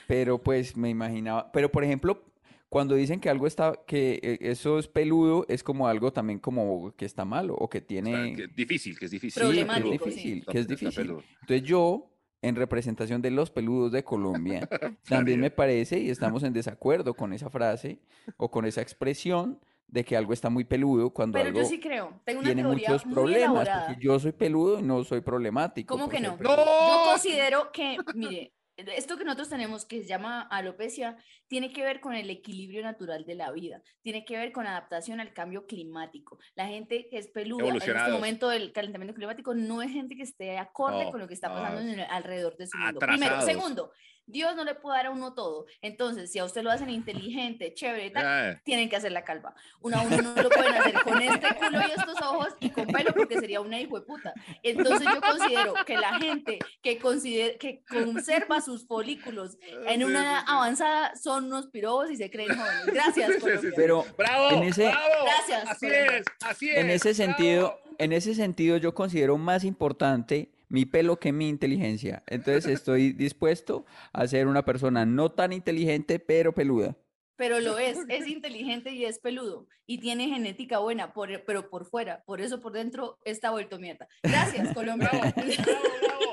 Speaker 8: Pero pues me imaginaba, pero por ejemplo, cuando dicen que algo está, que eh, eso es peludo, es como algo también como que está malo o que
Speaker 3: O sea,
Speaker 8: tiene,
Speaker 3: que difícil, que es difícil.
Speaker 8: sí, que es
Speaker 7: Problemático, sí.
Speaker 8: difícil,
Speaker 3: Está-
Speaker 8: que es
Speaker 3: está
Speaker 8: difícil.
Speaker 3: peludo.
Speaker 8: Entonces yo, en representación de los peludos de Colombia, también me parece y estamos en desacuerdo con esa frase o con esa expresión de que algo está muy peludo cuando
Speaker 7: Pero yo
Speaker 8: algo
Speaker 7: sí creo. Tengo una
Speaker 8: tiene
Speaker 7: teoría
Speaker 8: muchos
Speaker 7: muy
Speaker 8: problemas,
Speaker 7: elaborada.
Speaker 8: porque yo soy peludo y no soy problemático
Speaker 7: ¿Cómo
Speaker 8: por
Speaker 7: que
Speaker 8: ser
Speaker 7: no?
Speaker 8: peludo.
Speaker 7: Yo considero que, mire, esto que nosotros tenemos que se llama alopecia tiene que ver con el equilibrio natural de la vida, tiene que ver con adaptación al cambio climático. La gente que es peluda en este
Speaker 3: Evolucionados.
Speaker 7: momento del calentamiento climático no es gente que esté acorde
Speaker 3: No,
Speaker 7: con lo que está
Speaker 3: no,
Speaker 7: pasando en el- alrededor de su mundo. Primero,
Speaker 3: atrasados.
Speaker 7: segundo, Dios no le puede dar a uno todo. Entonces, si a usted lo hacen inteligente, chévere, y tal,
Speaker 3: Ah,
Speaker 7: tienen que hacer la calva. Una a uno no lo pueden hacer con este culo y estos ojos y con pelo porque sería una hijo de puta. Entonces yo considero que la gente que, consider- que conserva sus folículos en una edad avanzada son unos pirobos y se creen jóvenes. Gracias,
Speaker 3: Sí, sí, sí,
Speaker 7: Colombia.
Speaker 8: Pero
Speaker 3: ¡Bravo!
Speaker 8: en ese-
Speaker 3: ¡Bravo!
Speaker 7: Gracias,
Speaker 3: Así
Speaker 7: Colombia.
Speaker 3: es, así es.
Speaker 8: En ese sentido,
Speaker 3: ¡Bravo!
Speaker 8: en ese sentido yo considero más importante mi pelo que mi inteligencia. Entonces estoy dispuesto a ser una persona no tan inteligente, pero peluda.
Speaker 7: pero lo es, es inteligente y es peludo y tiene genética buena, por, pero por fuera, por eso por dentro está vuelto mierda. Gracias, Colombia.
Speaker 3: Bravo, bravo,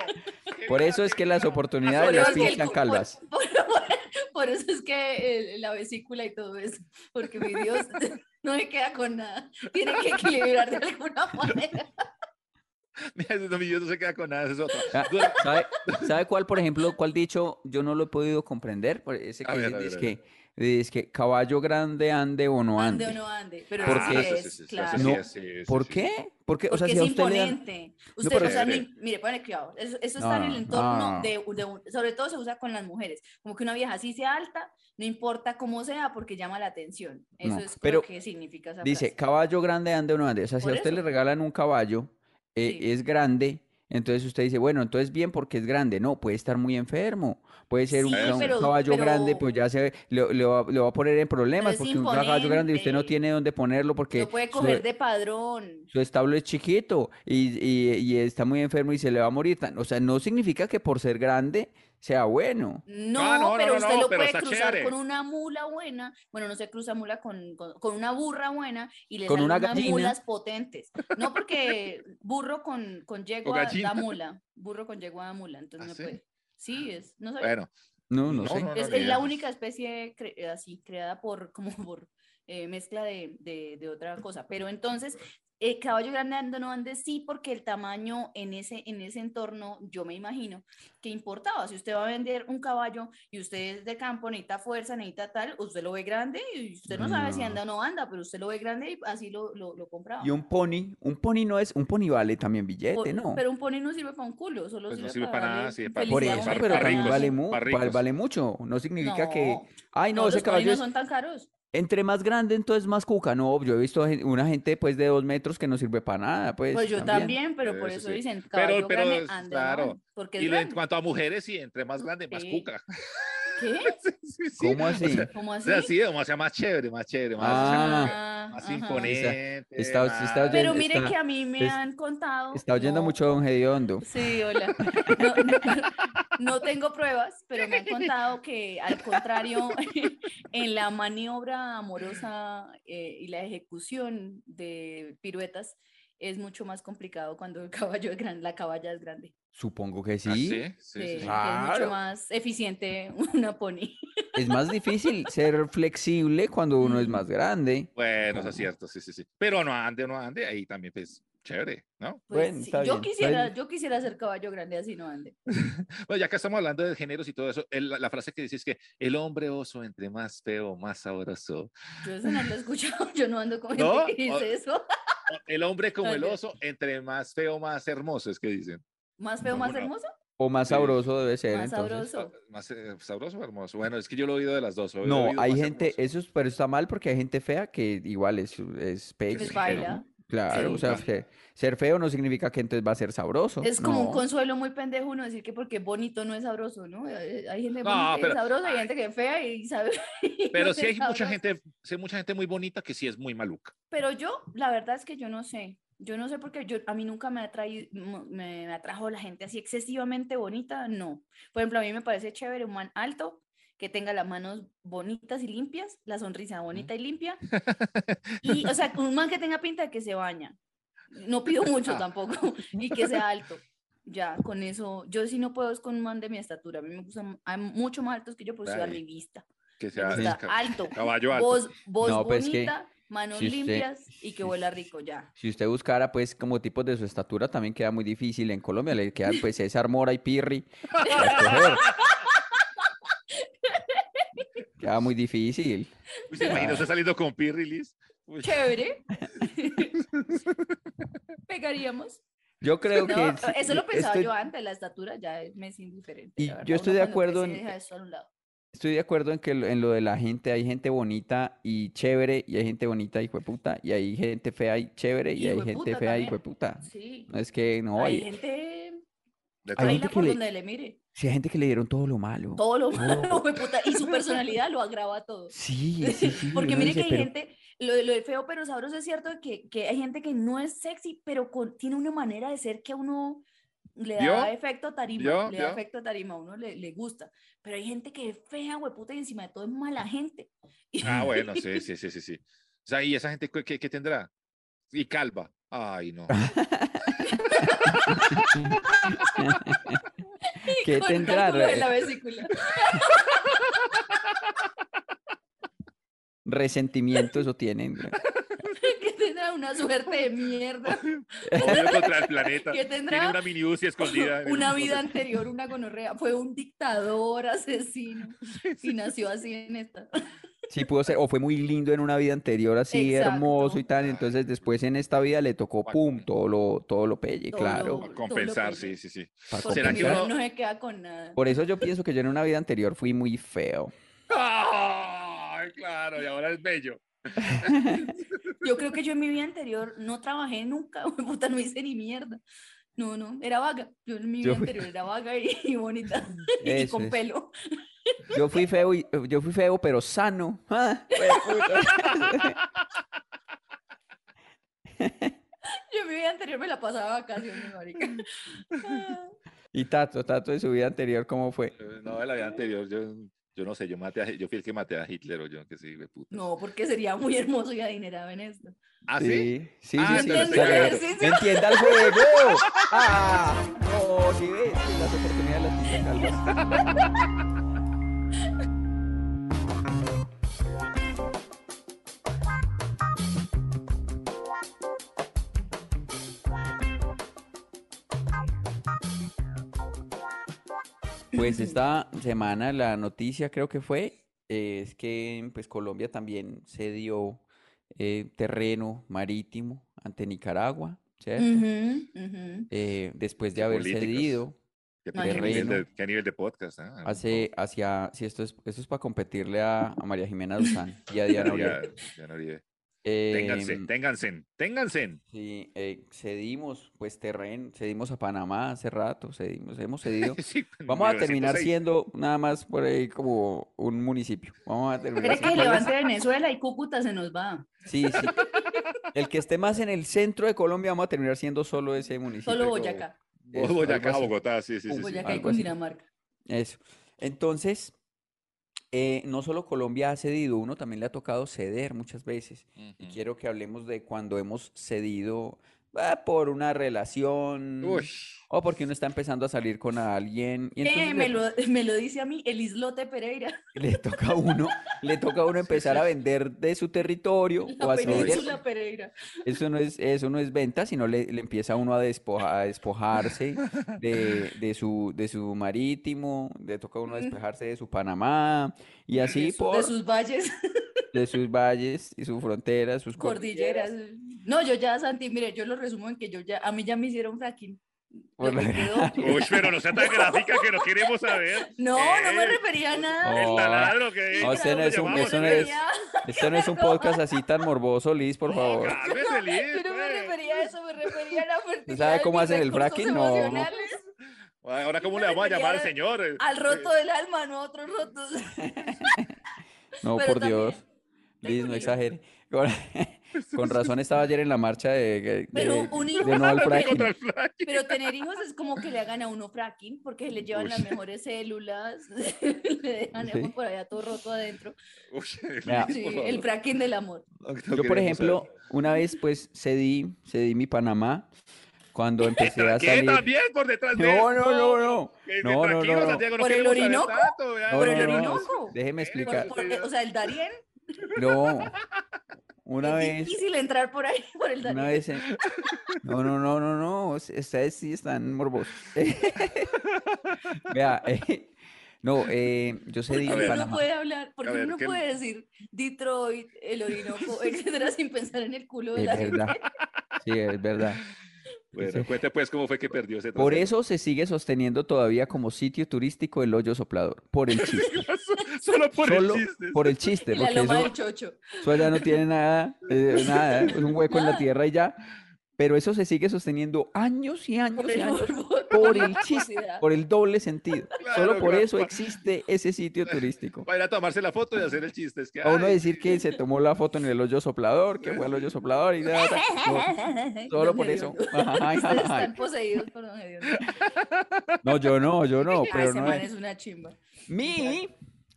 Speaker 8: Por eso es que las oportunidades
Speaker 7: Por
Speaker 8: las
Speaker 7: eso es que el
Speaker 8: pinchan
Speaker 7: cu-
Speaker 8: calvas.
Speaker 7: Por, por- por eso es que el- la vesícula y todo eso, porque mi Dios no me queda con nada, tiene que equilibrar de alguna manera.
Speaker 3: Mira, eso no, mi Dios no se queda con nada, eso es otra.
Speaker 8: Ah,
Speaker 3: Dura-
Speaker 8: ¿Sabe, sabe cuál, por ejemplo, cuál dicho yo no lo he podido comprender? Por Ese
Speaker 3: A
Speaker 8: que
Speaker 3: ver,
Speaker 8: dice,
Speaker 3: a ver,
Speaker 8: es
Speaker 3: a
Speaker 8: que, es que caballo grande ande o no ande.
Speaker 7: Ande o no ande, pero
Speaker 8: ¿Por
Speaker 7: eso
Speaker 8: qué?
Speaker 7: sí es, claro.
Speaker 8: No,
Speaker 3: Ah, sí, sí, sí,
Speaker 8: ¿Por
Speaker 3: sí.
Speaker 8: qué? ¿Por qué? O sea,
Speaker 7: Porque
Speaker 8: si a
Speaker 7: es
Speaker 8: usted le dan-
Speaker 7: imponente. Usted,
Speaker 8: pero-
Speaker 7: o sea,
Speaker 3: Chévere.
Speaker 7: ni- mire, pone cuidado. Eso, eso
Speaker 8: No,
Speaker 7: está en el
Speaker 8: no,
Speaker 7: entorno
Speaker 8: no.
Speaker 7: de, de un- sobre todo se usa con las mujeres. Como que una vieja así sea alta, no importa cómo sea, porque llama la atención. Eso
Speaker 8: No,
Speaker 7: es lo
Speaker 8: pero
Speaker 7: que significa esa
Speaker 8: Dice,
Speaker 7: frase.
Speaker 8: caballo grande ande o no ande. O sea, si a
Speaker 7: Por
Speaker 8: usted le
Speaker 7: eso.
Speaker 8: regalan un caballo, eh,
Speaker 7: Sí.
Speaker 8: es grande, entonces usted dice, bueno, entonces bien porque es grande. No, puede estar muy enfermo. Puede ser un,
Speaker 7: Sí,
Speaker 8: ca- un
Speaker 7: pero-
Speaker 8: caballo grande,
Speaker 7: pero-
Speaker 8: pues ya se le, le va, le va a poner en problemas
Speaker 7: es
Speaker 8: porque un caballo grande y usted no
Speaker 7: imponente.
Speaker 8: tiene dónde ponerlo porque
Speaker 7: Lo puede
Speaker 8: su-
Speaker 7: coger de padrón.
Speaker 8: su establo es chiquito y, y- y está muy enfermo y se le va a morir. tan- O sea, no significa que por ser grande sea bueno.
Speaker 7: No,
Speaker 3: Ah, no, no,
Speaker 7: pero
Speaker 3: no,
Speaker 7: usted
Speaker 3: no,
Speaker 7: lo
Speaker 3: pero
Speaker 7: puede
Speaker 3: está
Speaker 7: cruzar
Speaker 3: chévere.
Speaker 7: con una mula buena. Bueno, no se cruza mula con, con, con una burra buena y le
Speaker 8: Con
Speaker 7: salen
Speaker 8: una
Speaker 7: unas
Speaker 8: gallina.
Speaker 7: mulas potentes. No porque burro con, con yegua
Speaker 3: gallina.
Speaker 7: da mula. Burro con yegua da mula, entonces
Speaker 3: ¿Ah,
Speaker 7: no
Speaker 3: sí?
Speaker 7: puede. Sí, es, no sabía.
Speaker 3: Bueno,
Speaker 8: No, no,
Speaker 3: No,
Speaker 8: sé.
Speaker 3: no,
Speaker 7: es,
Speaker 3: ni
Speaker 7: es la
Speaker 3: idea.
Speaker 7: única especie cre- eh, así creada por como por eh, mezcla de, de- de otra cosa. Pero entonces, el caballo grande ande no ande, sí, porque el tamaño en ese, en ese entorno, yo me imagino que importaba. Si usted va a vender un caballo y usted es de campo, necesita fuerza, necesita tal, usted lo ve grande y usted no sabe si
Speaker 8: No.
Speaker 7: anda o no anda, pero usted lo ve grande y así lo, lo, lo compraba.
Speaker 8: Y un pony, un pony no es, un pony vale también billete,
Speaker 7: Por-
Speaker 8: ¿no?
Speaker 7: Pero un pony no sirve para un culo, solo
Speaker 3: Pues no
Speaker 7: sirve,
Speaker 3: sirve
Speaker 7: para
Speaker 3: para nada,
Speaker 7: darle
Speaker 3: sirve para-
Speaker 8: Por
Speaker 3: Felicidad,
Speaker 8: eso,
Speaker 3: para-
Speaker 8: pero
Speaker 3: para
Speaker 8: también
Speaker 3: ricos,
Speaker 8: vale,
Speaker 7: mucho.
Speaker 8: mu-
Speaker 3: para
Speaker 8: val-
Speaker 3: ricos.
Speaker 8: vale mucho. No significa que,
Speaker 7: No,
Speaker 8: ay, no,
Speaker 7: no,
Speaker 8: ese
Speaker 7: los ponies
Speaker 8: caballo
Speaker 7: no
Speaker 8: es
Speaker 7: son tan caros.
Speaker 8: entre más grande, entonces más cuca. No, yo he visto gen- una gente pues de dos metros que no sirve para nada, pues.
Speaker 7: Pues yo también, pero por
Speaker 3: Eso
Speaker 7: eso
Speaker 3: sí.
Speaker 7: dicen
Speaker 3: Pero-
Speaker 7: caballo
Speaker 3: pero
Speaker 7: grande,
Speaker 3: es-
Speaker 7: ande,
Speaker 3: claro.
Speaker 7: man, porque es
Speaker 3: Y lo- en
Speaker 7: grande.
Speaker 3: cuanto a mujeres, sí, entre más grande, más
Speaker 7: Sí. ¿Ah,
Speaker 3: cuca.
Speaker 7: ¿Qué?
Speaker 3: Sí, sí.
Speaker 8: ¿Cómo así?
Speaker 3: O sea,
Speaker 7: ¿Cómo
Speaker 3: o
Speaker 7: así?
Speaker 3: sea, sí, o sea, más chévere, más chévere, más,
Speaker 8: Ah,
Speaker 7: Ah,
Speaker 3: más
Speaker 7: ajá.
Speaker 3: imponente.
Speaker 8: está- está
Speaker 3: más-
Speaker 8: oyendo-
Speaker 7: Pero mire
Speaker 8: está-
Speaker 7: que a mí me
Speaker 8: es-
Speaker 7: han contado.
Speaker 8: está oyendo
Speaker 7: no,
Speaker 8: mucho Don Gediondo.
Speaker 7: Sí, hola. No, no- no tengo pruebas, pero me han contado que al contrario, en la maniobra amorosa eh, y la ejecución de piruetas es mucho más complicado cuando el caballo es grande, la caballa es grande.
Speaker 8: Supongo que
Speaker 3: Ah,
Speaker 8: sí.
Speaker 3: sí, sí, sí,
Speaker 7: que-
Speaker 3: sí.
Speaker 7: que Es
Speaker 8: Claro.
Speaker 7: mucho más eficiente una pony.
Speaker 8: Es más difícil ser flexible cuando uno es
Speaker 7: Mm.
Speaker 8: más grande.
Speaker 3: Bueno, eso es cierto, sí, sí, sí. Pero no ande, no ande, ahí también, pues, chévere, ¿no?
Speaker 7: Pues
Speaker 8: Bueno,
Speaker 7: sí, yo
Speaker 8: está bien, está
Speaker 7: quisiera,
Speaker 8: bien.
Speaker 7: yo quisiera ser caballo grande así no ande.
Speaker 3: Bueno, ya que estamos hablando de géneros y todo eso, el- la, la frase que dice es que el hombre oso, entre más feo, más sabroso.
Speaker 7: Yo eso no lo he escuchado, yo no ando con gente
Speaker 3: ¿No?
Speaker 7: que
Speaker 3: O-
Speaker 7: dice eso.
Speaker 3: O El hombre como el
Speaker 7: Ok.
Speaker 3: oso, entre más feo, más hermoso, es que dicen.
Speaker 7: Más feo,
Speaker 3: No,
Speaker 7: más
Speaker 3: bueno,
Speaker 7: hermoso,
Speaker 8: O más
Speaker 3: Sí.
Speaker 8: sabroso debe ser,
Speaker 7: más
Speaker 8: entonces.
Speaker 7: sabroso.
Speaker 3: ¿Más eh, sabroso o hermoso? Bueno, es que yo lo he oído de las dos. lo he
Speaker 8: No,
Speaker 3: oído
Speaker 8: hay
Speaker 3: más
Speaker 8: gente,
Speaker 3: hermoso.
Speaker 8: eso es- pero está mal porque hay gente fea que igual es, es pez,
Speaker 7: Pues
Speaker 8: ¿no?
Speaker 7: baila.
Speaker 8: Claro, o
Speaker 7: Sí.
Speaker 8: sea, que ser feo no significa que entonces va a ser
Speaker 3: ah,
Speaker 8: sabroso.
Speaker 7: Es como un
Speaker 8: no.
Speaker 7: consuelo muy pendejo uno decir que porque bonito no es sabroso, ¿no? Eh, Hay gente
Speaker 3: No,
Speaker 7: bonita y es
Speaker 3: pero- ah.
Speaker 7: sabrosa, hay gente que es fea y sabe. y no
Speaker 3: Pero sí
Speaker 7: es
Speaker 3: hay mucha
Speaker 7: sabrosa.
Speaker 3: gente, sí hay mucha gente muy bonita que sí es muy maluca.
Speaker 7: Pero yo, la verdad es que yo no sé. Yo no sé porque yo, a mí nunca me, ha traído- mo- me, me atrajo la gente así excesivamente bonita, no. Por ejemplo, a mí me parece chévere un man alto, que tenga las manos bonitas y limpias, la sonrisa bonita y limpia. Y, o sea, un man que tenga pinta de que se baña. No pido mucho tampoco. Y que sea alto. Ya, con eso. Yo sí no puedo es con un man de mi estatura. A mí me gustan hay mucho más altos que yo, por eso soy
Speaker 3: Ay,
Speaker 7: arribista.
Speaker 3: Que
Speaker 7: Me
Speaker 3: sea
Speaker 7: gusta
Speaker 3: ca-
Speaker 7: alto.
Speaker 3: caballo alto.
Speaker 7: Voz, voz
Speaker 8: No, pues, es que
Speaker 7: bonita, manos
Speaker 8: si usted-
Speaker 7: limpias y
Speaker 8: si-
Speaker 7: que huela rico, ya.
Speaker 8: Si usted buscara, pues, como tipos de su estatura, también queda muy difícil en Colombia. Le quedan, pues, César Mora y Pirri. para escoger. Queda muy difícil.
Speaker 3: Uy, ¿Se imagina usted saliendo con Pirri, Liz? Uy,
Speaker 7: Chévere. Pegaríamos.
Speaker 8: Yo creo
Speaker 7: No,
Speaker 8: que... sí,
Speaker 7: eso lo pensaba
Speaker 8: estoy-
Speaker 7: yo antes, la estatura ya es- me es indiferente.
Speaker 8: Y
Speaker 7: la
Speaker 8: yo
Speaker 7: verdad, uno
Speaker 8: estoy de
Speaker 7: cuando
Speaker 8: acuerdo
Speaker 7: crece
Speaker 8: en-
Speaker 7: deja eso a un lado.
Speaker 8: Estoy de acuerdo en que lo- en lo de la gente hay gente bonita y chévere, y hay gente bonita y jueputa, y hay gente fea y chévere, y hay gente
Speaker 7: Hijueputa
Speaker 8: fea y
Speaker 7: también.
Speaker 8: jueputa.
Speaker 7: Sí.
Speaker 8: No es que no
Speaker 7: hay
Speaker 8: hay.
Speaker 7: gente.
Speaker 3: de
Speaker 8: Hay
Speaker 3: todo.
Speaker 8: gente
Speaker 7: Baila
Speaker 8: que
Speaker 7: por
Speaker 8: le-
Speaker 7: donde le mire.
Speaker 8: Sí, hay gente que le dieron todo lo malo.
Speaker 7: Todo lo
Speaker 8: No.
Speaker 7: malo, jueputa, Y su personalidad lo agrava todo.
Speaker 8: Sí, sí, sí.
Speaker 7: Porque
Speaker 8: uno
Speaker 7: mire que
Speaker 8: dice,
Speaker 7: hay
Speaker 8: "Pero
Speaker 7: gente, lo, de- lo de feo pero sabroso es cierto que, que hay gente que no es sexy, pero con- tiene una manera de ser que a uno le
Speaker 3: ¿Vio?
Speaker 7: da efecto tarima,
Speaker 3: ¿Vio?
Speaker 7: le da
Speaker 3: ¿Vio?
Speaker 7: efecto tarima, a uno le, le gusta, pero hay gente que es fea, hueputa, y encima de todo es mala gente.
Speaker 3: Ah, bueno, sí, sí, sí, sí, sí. O sea, ¿y esa gente qué, qué- qué tendrá? Y calva. Ay, no.
Speaker 7: Y
Speaker 8: ¿Qué
Speaker 7: con
Speaker 8: tendrá,
Speaker 7: cálculo de
Speaker 8: re-
Speaker 7: la vesícula.
Speaker 8: Resentimiento eso tienen. güey.
Speaker 7: que tendrá una suerte de mierda,
Speaker 3: Odio contra el planeta.
Speaker 7: Que
Speaker 3: Tiene
Speaker 7: tendrá
Speaker 3: una mini UCI escondida. en el-
Speaker 7: una
Speaker 3: no sé.
Speaker 7: vida anterior, una gonorrea, fue un dictador, asesino, y nació así en esta.
Speaker 8: Sí pudo ser, o fue muy lindo en una vida anterior, así
Speaker 7: Exacto.
Speaker 8: hermoso y tal, y entonces después en esta vida le tocó, pum, todo lo, todo lo pelle,
Speaker 7: Todo
Speaker 8: claro.
Speaker 7: lo-
Speaker 3: Compensar,
Speaker 7: todo lo
Speaker 3: sí, sí, sí.
Speaker 8: Para
Speaker 7: Porque
Speaker 3: ¿Será
Speaker 7: mi
Speaker 3: que
Speaker 7: bebé
Speaker 3: uno-
Speaker 7: no se queda con nada.
Speaker 8: Por eso yo pienso que yo en una vida anterior fui muy feo.
Speaker 7: Ah,
Speaker 3: Ay, claro, y ahora es bello.
Speaker 7: Yo creo que yo en mi vida anterior no trabajé nunca, puta, no hice ni mierda. No, no, era vaga. Yo en mi vida
Speaker 8: Yo-
Speaker 7: anterior era vaga y, y bonita y
Speaker 8: Eso
Speaker 7: con
Speaker 8: es.
Speaker 7: pelo.
Speaker 8: Yo fui feo, y, eh, yo fui feo, pero sano. Ah, hueputa.
Speaker 7: Yo en mi vida anterior me la pasaba de vacaciones, marica. Ah,
Speaker 8: Y Tato, Tato de su vida anterior, ¿cómo fue?
Speaker 3: Eh, No, de la vida anterior, yo, yo no sé, yo maté a, yo fui el que maté a Hitler o yo que sí, de puta.
Speaker 7: No, porque sería muy hermoso y adinerado en esto.
Speaker 3: Ah, sí.
Speaker 8: sí,
Speaker 3: Ah,
Speaker 8: sí, sí,
Speaker 3: entonces
Speaker 8: sí,
Speaker 3: el
Speaker 8: claro.
Speaker 7: ejercicio.
Speaker 8: Entienda el juego. Ah, no, si ves, las oportunidades las tiene calvas. Pues esta semana la noticia creo que fue eh, es que pues Colombia también se dio eh, terreno marítimo ante Nicaragua, ¿cierto?
Speaker 7: Ujú, ujú.
Speaker 8: Eh, después de
Speaker 3: Qué
Speaker 8: haber
Speaker 3: políticos.
Speaker 8: cedido
Speaker 3: ¿Qué,
Speaker 7: Ay,
Speaker 3: qué nivel de,
Speaker 8: terreno.
Speaker 3: qué nivel de podcast? ah?
Speaker 8: hace hacia si esto es esto es para competirle a, a María Jimena Duzán y a Diana
Speaker 3: Ya,
Speaker 8: Uribe.
Speaker 3: ya no olvidé.
Speaker 8: Eh,
Speaker 3: Ténganse, ténganse, ténganse.
Speaker 8: Sí, eh, cedimos pues terreno, cedimos a Panamá hace rato, cedimos, hemos cedido.
Speaker 3: Sí,
Speaker 8: Vamos a
Speaker 3: número
Speaker 8: terminar
Speaker 3: 106.
Speaker 8: siendo nada más por ahí como un municipio. Vamos a terminar
Speaker 7: ¿Cree que
Speaker 8: siendo-
Speaker 7: levante Venezuela y Cúcuta se nos va?
Speaker 8: Sí, sí. El que esté más en el centro de Colombia, vamos a terminar siendo solo ese municipio.
Speaker 7: Solo
Speaker 8: como-
Speaker 7: Boyacá.
Speaker 8: eso, algo
Speaker 3: Boyacá,
Speaker 8: así.
Speaker 3: Bogotá, sí, sí, sí, sí.
Speaker 7: Boyacá y
Speaker 8: algo así.
Speaker 7: Cundinamarca.
Speaker 8: Eso. Entonces, eh, no solo Colombia ha cedido, uno también le ha tocado ceder muchas veces. Y
Speaker 3: Ujú.
Speaker 8: quiero que hablemos de cuando hemos cedido ah, por una relación
Speaker 3: Uy.
Speaker 8: o porque uno está empezando a salir con alguien. Y entonces
Speaker 7: Eh,
Speaker 8: le-
Speaker 7: me, lo, me lo dice a mí el islote Pereira,
Speaker 8: le toca a uno, le toca a uno empezar a vender de su territorio o
Speaker 7: la
Speaker 8: a ceder.
Speaker 7: península Pereira.
Speaker 8: Eso no es, eso no es venta, sino le, le empieza uno a, despoja- a despojarse de, de su, de su marítimo, le toca a uno despejarse de su Panamá y así
Speaker 7: de, su- de
Speaker 8: por
Speaker 7: sus valles,
Speaker 8: de sus valles y sus fronteras, sus
Speaker 7: cordilleras. No, yo ya, Santi, mire, yo lo resumo en que yo ya, a mí ya me hicieron fracking. Lo
Speaker 8: Por
Speaker 7: que
Speaker 8: la-
Speaker 7: quedó-
Speaker 3: Uy, pero no sea tan gráfica que no queremos saber.
Speaker 7: No, no me
Speaker 3: Eh,
Speaker 7: refería a nada.
Speaker 8: Oh,
Speaker 3: El taladro que
Speaker 8: no,
Speaker 3: ¿cómo
Speaker 8: usted no
Speaker 3: lo
Speaker 8: es un-
Speaker 3: llamamos?
Speaker 8: eso no
Speaker 7: me
Speaker 8: es-
Speaker 7: refería-
Speaker 8: Este no es un podcast así tan morboso, Liz, por favor.
Speaker 3: Cálmese,
Speaker 7: Yo
Speaker 3: Liz,
Speaker 7: no me
Speaker 3: pues.
Speaker 7: refería a eso, me refería a la fertilidad.
Speaker 8: sabe
Speaker 7: de
Speaker 8: cómo
Speaker 7: mis
Speaker 8: hacen el
Speaker 7: recursos
Speaker 8: fracking? No.
Speaker 7: emocionales,
Speaker 3: Ahora, ¿cómo
Speaker 7: Yo
Speaker 3: le
Speaker 7: me
Speaker 3: vamos a
Speaker 7: refería
Speaker 3: llamar al
Speaker 7: a-
Speaker 3: señor? Eh,
Speaker 7: Al roto
Speaker 3: eh,
Speaker 7: del alma, no a otros rotos. Pero
Speaker 8: No, por
Speaker 7: también
Speaker 8: Dios. Liz, no
Speaker 7: tengo
Speaker 8: exagere. Con, con razón estaba ayer en la marcha de, de-
Speaker 7: Pero un
Speaker 8: de
Speaker 7: hijo-
Speaker 8: no al
Speaker 7: Pero-
Speaker 8: fracking.
Speaker 3: contra el flash.
Speaker 7: Pero tener hijos es como que le hagan a uno fracking, porque le llevan las mejores células, le dejan
Speaker 8: Sí. Ah,
Speaker 7: por allá todo roto adentro.
Speaker 3: Uy, Liz,
Speaker 8: Vea.
Speaker 3: por
Speaker 7: Sí,
Speaker 3: favor.
Speaker 7: el fracking del amor.
Speaker 3: No, no
Speaker 8: Yo, por
Speaker 3: queremos
Speaker 8: ejemplo,
Speaker 3: saber.
Speaker 8: una vez pues cedí, cedí mi Panamá cuando empecé a
Speaker 3: ¿Qué
Speaker 8: salir.
Speaker 3: también por detrás de
Speaker 8: No,
Speaker 3: él?
Speaker 8: no, no, no.
Speaker 3: Que-
Speaker 8: No, no, no,
Speaker 3: tranquilo,
Speaker 8: no.
Speaker 3: Santiago,
Speaker 7: ¿Por el
Speaker 3: queremos saber
Speaker 7: Orinoco?
Speaker 3: tanto, vea,
Speaker 8: No,
Speaker 7: Por
Speaker 3: no
Speaker 7: el
Speaker 8: no,
Speaker 3: queremos-
Speaker 8: no,
Speaker 7: Orinoco.
Speaker 8: Déjeme
Speaker 7: Por-
Speaker 8: explicar.
Speaker 7: por- o sea, el Darién
Speaker 8: No. Una
Speaker 7: es
Speaker 8: vez,
Speaker 7: difícil entrar por ahí, por el
Speaker 8: una
Speaker 7: Darién.
Speaker 8: vez. en- No, no, no, no, no. us- Ustedes sí están morbosos. Vea, eh, no, eh,
Speaker 7: Porque
Speaker 8: yo cedí mi
Speaker 7: uno no
Speaker 8: Panamá.
Speaker 7: puede hablar, porque
Speaker 3: A
Speaker 7: uno
Speaker 3: ver,
Speaker 7: no
Speaker 3: ¿qué-
Speaker 7: puede decir Detroit, el Orinoco, etcétera, sin pensar en el culo de
Speaker 8: Es
Speaker 7: la gente.
Speaker 8: verdad. Sí, es verdad.
Speaker 3: Bueno, cuente pues cómo fue que perdió ese
Speaker 8: Por
Speaker 3: trasero.
Speaker 8: eso se sigue sosteniendo todavía como sitio turístico el hoyo soplador, por el chiste.
Speaker 3: Solo por
Speaker 8: Solo
Speaker 3: el chiste.
Speaker 8: por el chiste,
Speaker 7: Y la
Speaker 8: porque
Speaker 7: loma
Speaker 8: eso,
Speaker 7: del chocho.
Speaker 8: eso allá no tiene nada, eh, nada, es un hueco en la
Speaker 7: Nada.
Speaker 8: tierra y ya. pero eso se sigue sosteniendo años y años y años por el chiste, por el doble sentido.
Speaker 3: Claro,
Speaker 8: Solo por
Speaker 3: claro.
Speaker 8: eso existe ese sitio turístico.
Speaker 3: Para ir a tomarse la foto y hacer el chiste. Es que,
Speaker 8: A uno
Speaker 3: ay,
Speaker 8: decir que se tomó la foto en el hoyo soplador, que fue al hoyo soplador y da, da, da. No, solo
Speaker 7: Don
Speaker 8: por eso.
Speaker 7: Gediondo.
Speaker 8: Ajá, ajá,
Speaker 7: Ustedes
Speaker 8: ajá.
Speaker 7: están poseídos por don Gediondo.
Speaker 8: No, yo no, yo no,
Speaker 7: Ah,
Speaker 8: pero
Speaker 7: ese
Speaker 8: no
Speaker 7: man
Speaker 8: es.
Speaker 7: es una chimba.
Speaker 8: Mi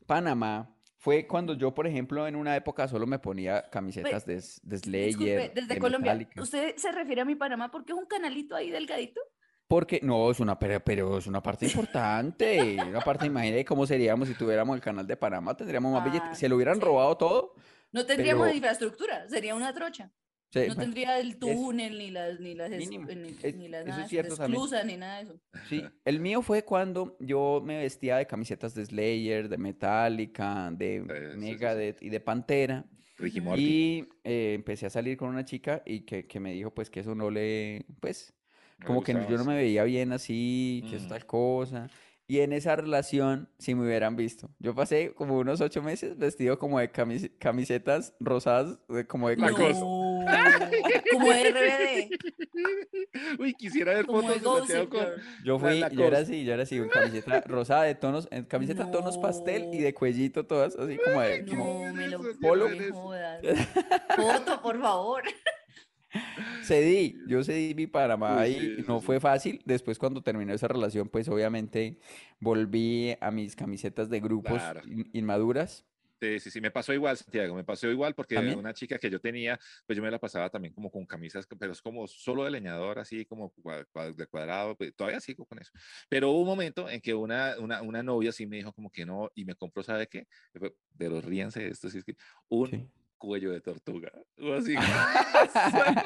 Speaker 8: Panamá fue cuando yo, por ejemplo, en una época solo me ponía camisetas de, s- de
Speaker 7: Pues, Disculpe,
Speaker 8: Slayer,
Speaker 7: desde
Speaker 8: de
Speaker 7: Colombia.
Speaker 8: Metallica.
Speaker 7: ¿Usted se refiere a mi Panamá porque es un canalito ahí delgadito?
Speaker 8: Porque no, es una, pero, pero es una parte importante. Una parte, imagínate cómo seríamos si tuviéramos el canal de Panamá, tendríamos más billetes.
Speaker 7: Ah,
Speaker 8: Se lo hubieran robado todo.
Speaker 7: No tendríamos
Speaker 8: Pero-
Speaker 7: infraestructura, sería una trocha.
Speaker 8: se-
Speaker 7: no
Speaker 8: bueno,
Speaker 7: tendría el túnel, ni las, ni las, es-
Speaker 8: Mínimo.
Speaker 7: ni,
Speaker 8: Es-
Speaker 7: ni las
Speaker 8: eso es
Speaker 7: nada,
Speaker 8: cierto también.
Speaker 7: esclusas, ni nada de eso.
Speaker 8: sí. El mío fue cuando yo me vestía de camisetas de Slayer, de Metallica, de Megadeth y de Pantera.
Speaker 3: Ricky Morty.
Speaker 8: Y eh, empecé a salir con una chica y que, que me dijo pues que eso no le, pues,
Speaker 3: No le
Speaker 8: como que no- yo no
Speaker 3: gustabas.
Speaker 8: me veía bien así, que es
Speaker 3: Mm.
Speaker 8: tal cosa. Y en esa relación, si me hubieran visto, yo pasé como unos ocho meses vestido como de camis- camisetas rosadas, de- como de
Speaker 3: La
Speaker 8: colores.
Speaker 3: cosa.
Speaker 7: No, como RBD,
Speaker 3: Uy, quisiera ver
Speaker 7: como el
Speaker 3: fotos de Mateo
Speaker 7: Gossip
Speaker 3: con...
Speaker 7: Girl.
Speaker 8: Yo
Speaker 3: la-
Speaker 8: fui,
Speaker 3: la
Speaker 8: yo era
Speaker 3: cosa.
Speaker 8: así, yo era así, con camiseta rosada de tonos, en camiseta tonos pastel y de cuellito todas, así como de, como-
Speaker 7: No, me lo
Speaker 3: Eso,
Speaker 8: polo.
Speaker 7: no me jodas. Foto, por favor.
Speaker 8: Cedí, yo cedí mi Panamá
Speaker 3: Uy,
Speaker 8: ahí,
Speaker 3: sí,
Speaker 8: y no
Speaker 3: sí,
Speaker 8: fue fácil. Después cuando terminó esa relación, pues obviamente volví a mis camisetas de grupos
Speaker 3: Claro.
Speaker 8: in- inmaduras.
Speaker 3: Sí, sí, sí, me pasó igual, Santiago, me pasó igual porque
Speaker 8: ¿También?
Speaker 3: una chica que yo tenía, pues yo me la pasaba también como con camisas, que- pero es como solo de leñador, así como cua- cua- de cuadrado, pues, todavía sigo con eso. Pero hubo un momento en que una, una, una novia sí me dijo como que no, y me compró, ¿sabe qué? Fue, Pero ríanse de esto, si es que un
Speaker 8: ¿Qué?
Speaker 3: cuello de tortuga, o así, como-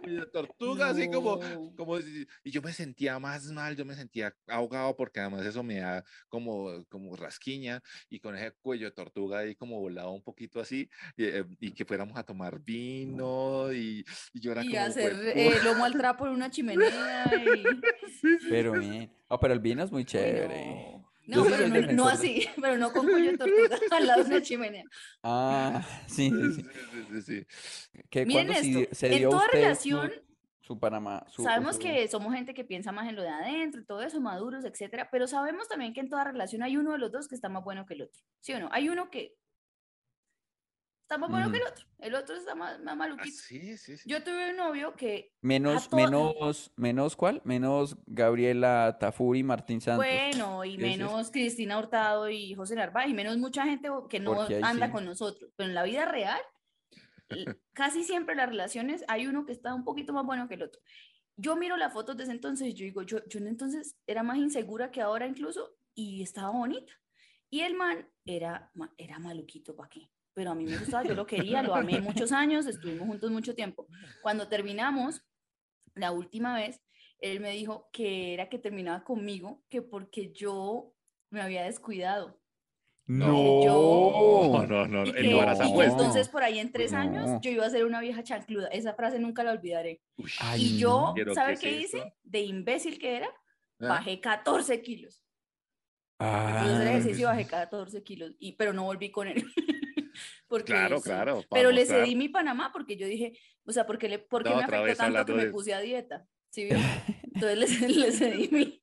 Speaker 3: cuello de tortuga, así como,
Speaker 7: No.
Speaker 3: como si- y yo me sentía más mal, yo me sentía ahogado porque además eso me da como, como rasquiña y con ese cuello de tortuga ahí como volado un poquito así y, eh, y que fuéramos a tomar vino y, y yo era
Speaker 7: Y
Speaker 3: como "Pues,
Speaker 7: hacer
Speaker 3: "Juepu-".
Speaker 7: eh, lomo al trapo en una chimenea. Y...
Speaker 8: Pero bien, ah, pero el vino es muy chévere.
Speaker 7: Bueno,
Speaker 8: Yo
Speaker 7: No,
Speaker 8: sí
Speaker 7: pero
Speaker 8: soy
Speaker 7: no, no
Speaker 8: defensor de-
Speaker 7: así, pero no con cuello de tortuga al lado de una chimenea.
Speaker 8: Ah, sí, sí, sí.
Speaker 3: pues". Sí, sí, sí, sí.
Speaker 8: Que
Speaker 7: Miren
Speaker 8: cuando sí
Speaker 7: esto,
Speaker 8: se
Speaker 7: en
Speaker 8: dio a
Speaker 7: toda
Speaker 8: usted su-
Speaker 7: relación-
Speaker 8: su Panamá, su-
Speaker 7: Sabemos
Speaker 8: su-
Speaker 7: que somos gente que piensa más en lo de adentro y todo eso, maduros, etcétera, pero sabemos también que en toda relación hay uno de los dos que está más bueno que el otro, ¿sí o no? Hay uno que está más bueno que el otro, el otro está más, más
Speaker 3: Ah,
Speaker 7: maluquito.
Speaker 3: sí, sí, sí.
Speaker 7: Yo tuve un novio que,
Speaker 8: menos,
Speaker 7: toda-
Speaker 8: menos, menos cuál, menos Gabriela Tafuri, Martín Santos.
Speaker 7: bueno, y
Speaker 8: Ese es-
Speaker 7: menos Cristina Hurtado y José Narváez, y menos mucha gente o- que no
Speaker 8: Porque ahí
Speaker 7: anda
Speaker 8: sí.
Speaker 7: con nosotros, pero en la vida real, l- casi siempre en las relaciones hay uno que está un poquito más bueno que el otro. Yo miro las fotos de ese entonces y yo digo, yo, yo en entonces era más insegura que ahora incluso y estaba bonita. Y el man era, ma- era maluquito para qué. Pero a mí me gustaba, yo lo quería, lo amé muchos años, estuvimos juntos mucho tiempo. Cuando terminamos, la última vez, él me dijo que era que terminaba conmigo, que porque yo me había descuidado. yo-
Speaker 3: No, no, no,
Speaker 7: y
Speaker 3: no,
Speaker 7: que,
Speaker 3: el embarazo
Speaker 7: y que
Speaker 3: fue.
Speaker 7: entonces por ahí en tres
Speaker 8: No.
Speaker 7: años yo iba a ser una vieja chancluda. Esa frase nunca la olvidaré.
Speaker 3: Uy,
Speaker 8: Ay,
Speaker 7: Y yo,
Speaker 3: Pero,
Speaker 7: ¿sabe
Speaker 3: ¿qué
Speaker 7: qué
Speaker 3: es eso?
Speaker 7: hice? De imbécil que era,
Speaker 3: ¿ah?
Speaker 7: bajé 14 kilos. Yo hice el
Speaker 8: Ah,
Speaker 7: ejercicio, bajé 14 kilos, y, pero no volví con él. Porque
Speaker 3: Claro,
Speaker 7: sí.
Speaker 3: claro, pa'
Speaker 7: Pero le
Speaker 3: mostrar.
Speaker 7: cedí mi Panamá porque yo dije, o sea, porque le, porque
Speaker 3: No,
Speaker 7: me
Speaker 3: otra
Speaker 7: afectó
Speaker 3: vez
Speaker 7: tanto que
Speaker 3: hablando
Speaker 7: me
Speaker 3: de-
Speaker 7: puse a dieta? ¿Sí vio? Entonces le, ced- le cedí mi,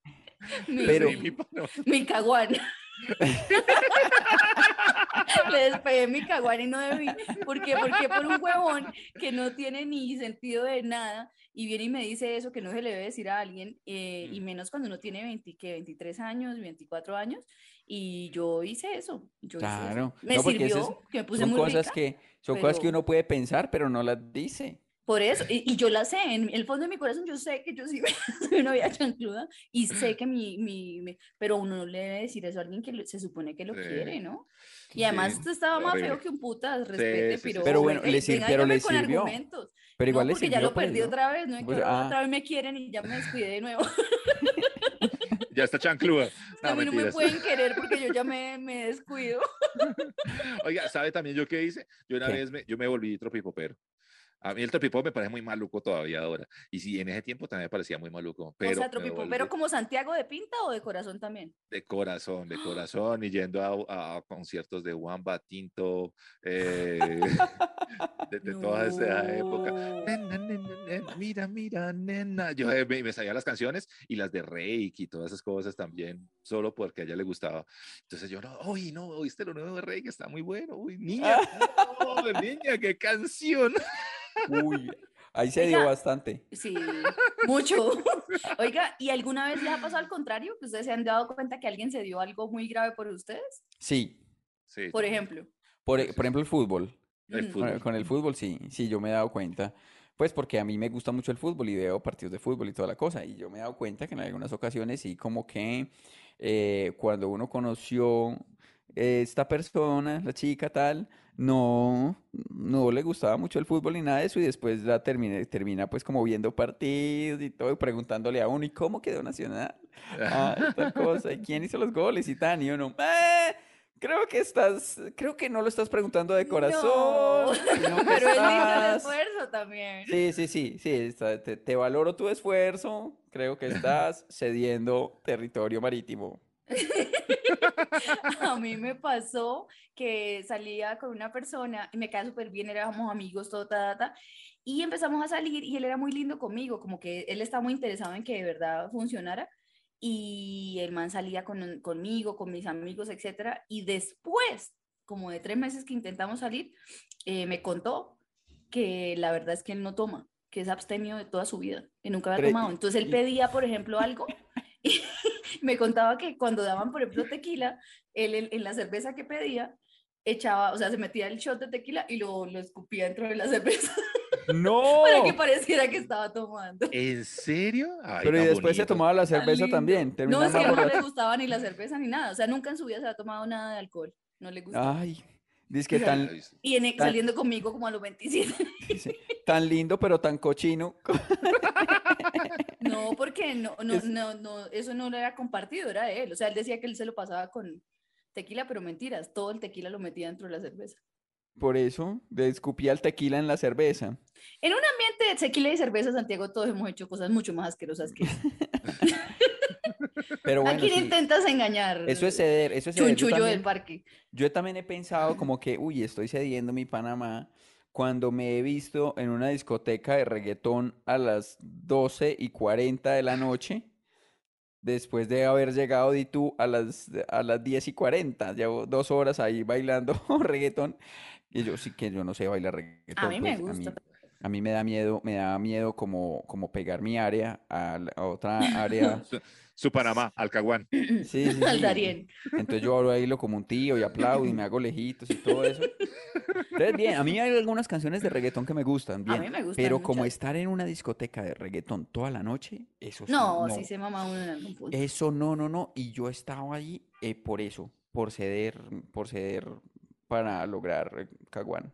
Speaker 7: mi,
Speaker 8: Pero-
Speaker 3: Sí, mi pano.
Speaker 7: mi caguán. le despegué mi caguán y no debí. ¿Por qué? Porque por un huevón que no tiene ni sentido de nada y viene y me dice eso que no se le debe decir a alguien, eh,
Speaker 8: Mm.
Speaker 7: y menos cuando uno tiene 20, que 23 años, 24 años, y yo hice eso. Yo hice eso.
Speaker 8: Claro.
Speaker 7: Me
Speaker 8: No, porque
Speaker 7: sirvió,
Speaker 8: esas
Speaker 7: que me puse
Speaker 8: son
Speaker 7: muy
Speaker 8: cosas
Speaker 7: rica
Speaker 8: que, son cosas que
Speaker 7: pero-
Speaker 8: uno puede pensar, pero no las dice.
Speaker 7: por eso, y, y yo la sé, en el fondo de mi corazón yo sé que yo sí soy una vieja chancluda y sé que mi, mi, mi- pero uno no le debe decir eso a alguien que lo- se supone que lo
Speaker 3: Sí.
Speaker 7: quiere, ¿no? Y
Speaker 3: Sí,
Speaker 7: además usted estaba más
Speaker 3: horrible.
Speaker 7: feo que un puta, respete,
Speaker 3: sí, sí,
Speaker 7: pero,
Speaker 3: sí. Pero
Speaker 8: bueno, le sir- pero le sirvió.
Speaker 7: argumentos.
Speaker 8: Pero igual
Speaker 7: no,
Speaker 8: le
Speaker 7: porque ya
Speaker 8: sirvió,
Speaker 7: lo
Speaker 8: pues,
Speaker 7: perdí
Speaker 8: ¿no?
Speaker 7: otra vez, no me
Speaker 8: Pues,
Speaker 7: quiero-
Speaker 8: ah.
Speaker 7: otra vez me quieren y ya me descuidé de nuevo.
Speaker 3: Ya está chancluda. No,
Speaker 7: a mí no me
Speaker 3: mentiras.
Speaker 7: pueden querer porque yo ya me, me descuido.
Speaker 3: Oiga, ¿sabe también yo qué hice? Yo una
Speaker 8: ¿Qué?
Speaker 3: vez me, yo me volví tropipopero. A mí el tropipop me parece muy maluco todavía ahora. Y sí, en ese tiempo también me parecía muy maluco. Pero
Speaker 7: o sea,
Speaker 3: me
Speaker 7: tropipo,
Speaker 3: volví
Speaker 7: pero como Santiago de pinta o de corazón también.
Speaker 3: de corazón,
Speaker 7: ¡Ah!
Speaker 3: de corazón, y yendo a, a- a conciertos de Wamba, Tinto, eh, de, de toda esa época.
Speaker 7: No.
Speaker 3: Na, na, na, na, na, Mira, mira, nena. Yo eh, me, me sabía las canciones y las de Reiki y todas esas cosas también, solo porque a ella le gustaba. Entonces yo, no, uy, no, oíste lo nuevo de Reiki, está muy bueno. Uy, niña,
Speaker 7: Ah.
Speaker 3: no, niña, qué canción.
Speaker 8: Uy, ahí se dio
Speaker 7: Oiga.
Speaker 8: bastante.
Speaker 7: Sí, mucho. Oiga, ¿y alguna vez le ha pasado al contrario? ¿Que ustedes se han dado cuenta que alguien se dio algo muy grave por ustedes?
Speaker 8: Sí.
Speaker 3: Sí.
Speaker 7: Por ejemplo. mm.
Speaker 8: Por, e- por ejemplo, el fútbol.
Speaker 3: El
Speaker 8: Con-
Speaker 3: fútbol.
Speaker 8: Con el fútbol, sí, sí, yo me he dado cuenta. Pues porque a mí me gusta mucho el fútbol y veo partidos de fútbol y toda la cosa. Y yo me he dado cuenta que en algunas ocasiones sí, como que eh, cuando uno conoció eh, esta persona, la chica tal, no, no le gustaba mucho el fútbol ni nada de eso. Y después la termina, termina pues como viendo partidos y todo, y preguntándole a uno, ¿y cómo quedó Nacional? Ah, tal cosa, ¿y quién hizo los goles y tal? Y uno, "Ah, Creo que estás, creo que no lo estás preguntando de corazón, sino que
Speaker 7: Pero es lindo el
Speaker 8: estás-
Speaker 7: esfuerzo también.
Speaker 8: Sí, sí, sí, sí, está- te, te valoro tu esfuerzo, creo que estás cediendo territorio marítimo.
Speaker 7: A mí me pasó que salía con una persona y me caía súper bien, éramos amigos, todo, ta, ta, ta, y empezamos a salir y él era muy lindo conmigo, como que él estaba muy interesado en que de verdad funcionara y el man salía con, conmigo, con mis amigos, etcétera, y después, como de tres meses que intentamos salir, eh, me contó que la verdad es que él no toma, que es abstemio de toda su vida, que nunca había
Speaker 8: Pero,
Speaker 7: tomado.
Speaker 8: y-
Speaker 7: Entonces él
Speaker 8: y-
Speaker 7: pedía, por ejemplo, algo me contaba que cuando daban, por ejemplo, tequila, él, en- en la cerveza que pedía, echaba, o sea, se metía el shot de tequila y lo, lo escupía dentro de la cerveza
Speaker 8: ¡No!
Speaker 7: para que pareciera que estaba tomando.
Speaker 3: ¿En serio? Ay,
Speaker 8: Pero y
Speaker 3: tan
Speaker 8: después se
Speaker 3: bonito.
Speaker 8: tomaba la
Speaker 7: Tan
Speaker 8: cerveza
Speaker 7: lindo.
Speaker 8: también,
Speaker 7: No,
Speaker 8: terminaba
Speaker 7: es que no le
Speaker 8: borracho.
Speaker 7: gustaba ni la cerveza ni nada, o sea, nunca en su vida se ha tomado nada de alcohol, no le gusta.
Speaker 8: Ay, dice que
Speaker 3: Ay,
Speaker 8: tan,
Speaker 7: Y en-
Speaker 8: tan-
Speaker 7: saliendo conmigo como a los 27.
Speaker 8: dice, tan lindo pero tan cochino.
Speaker 7: No, porque no, no,
Speaker 8: Es-
Speaker 7: no, no, eso no lo era compartido, era de él. O sea, él decía que él se lo pasaba con tequila, pero mentiras, todo el tequila lo metía dentro de la cerveza.
Speaker 8: Por eso, le escupía el tequila en la cerveza.
Speaker 7: En un ambiente de tequila y cerveza, Santiago, todos hemos hecho cosas mucho más asquerosas que eso.
Speaker 8: Pero
Speaker 7: ¿A
Speaker 8: bueno,
Speaker 7: quién
Speaker 8: sí,
Speaker 7: intentas engañar?
Speaker 8: eso es ceder, eso es ceder. Yo
Speaker 7: Chunchullo
Speaker 8: también-
Speaker 7: del parque.
Speaker 8: Yo también he pensado como que, uy, estoy cediendo mi Panamá cuando me he visto en una discoteca de reggaetón a las 12 y 40 de la noche, después de haber llegado de tú a las, a las 10 y 40. Llevo dos horas ahí bailando reggaetón. Y yo sí que yo no sé bailar reggaetón.
Speaker 7: mí me
Speaker 8: pues,
Speaker 7: gusta.
Speaker 8: mí, a mí me da miedo, me da miedo como, como pegar mi área a, la- a otra área.
Speaker 3: Su, su Panamá, Alcahuán.
Speaker 8: Sí, sí,
Speaker 7: Al
Speaker 8: sí.
Speaker 7: Darién.
Speaker 8: Entonces yo hablo ahí lo como un tío y aplaudo y me hago lejitos y todo eso. Entonces, bien, a mí hay algunas canciones de reggaetón que me gustan, bien.
Speaker 7: mí me gustan
Speaker 8: pero como
Speaker 7: muchas.
Speaker 8: estar en una discoteca de reggaetón toda la noche, eso sí,
Speaker 7: No,
Speaker 8: no. Eh,
Speaker 7: sí se mama uno en algún punto.
Speaker 8: Eso no, no, no. Y yo estaba ahí eh, por eso, por ceder, por ceder para lograr eh, Caguán.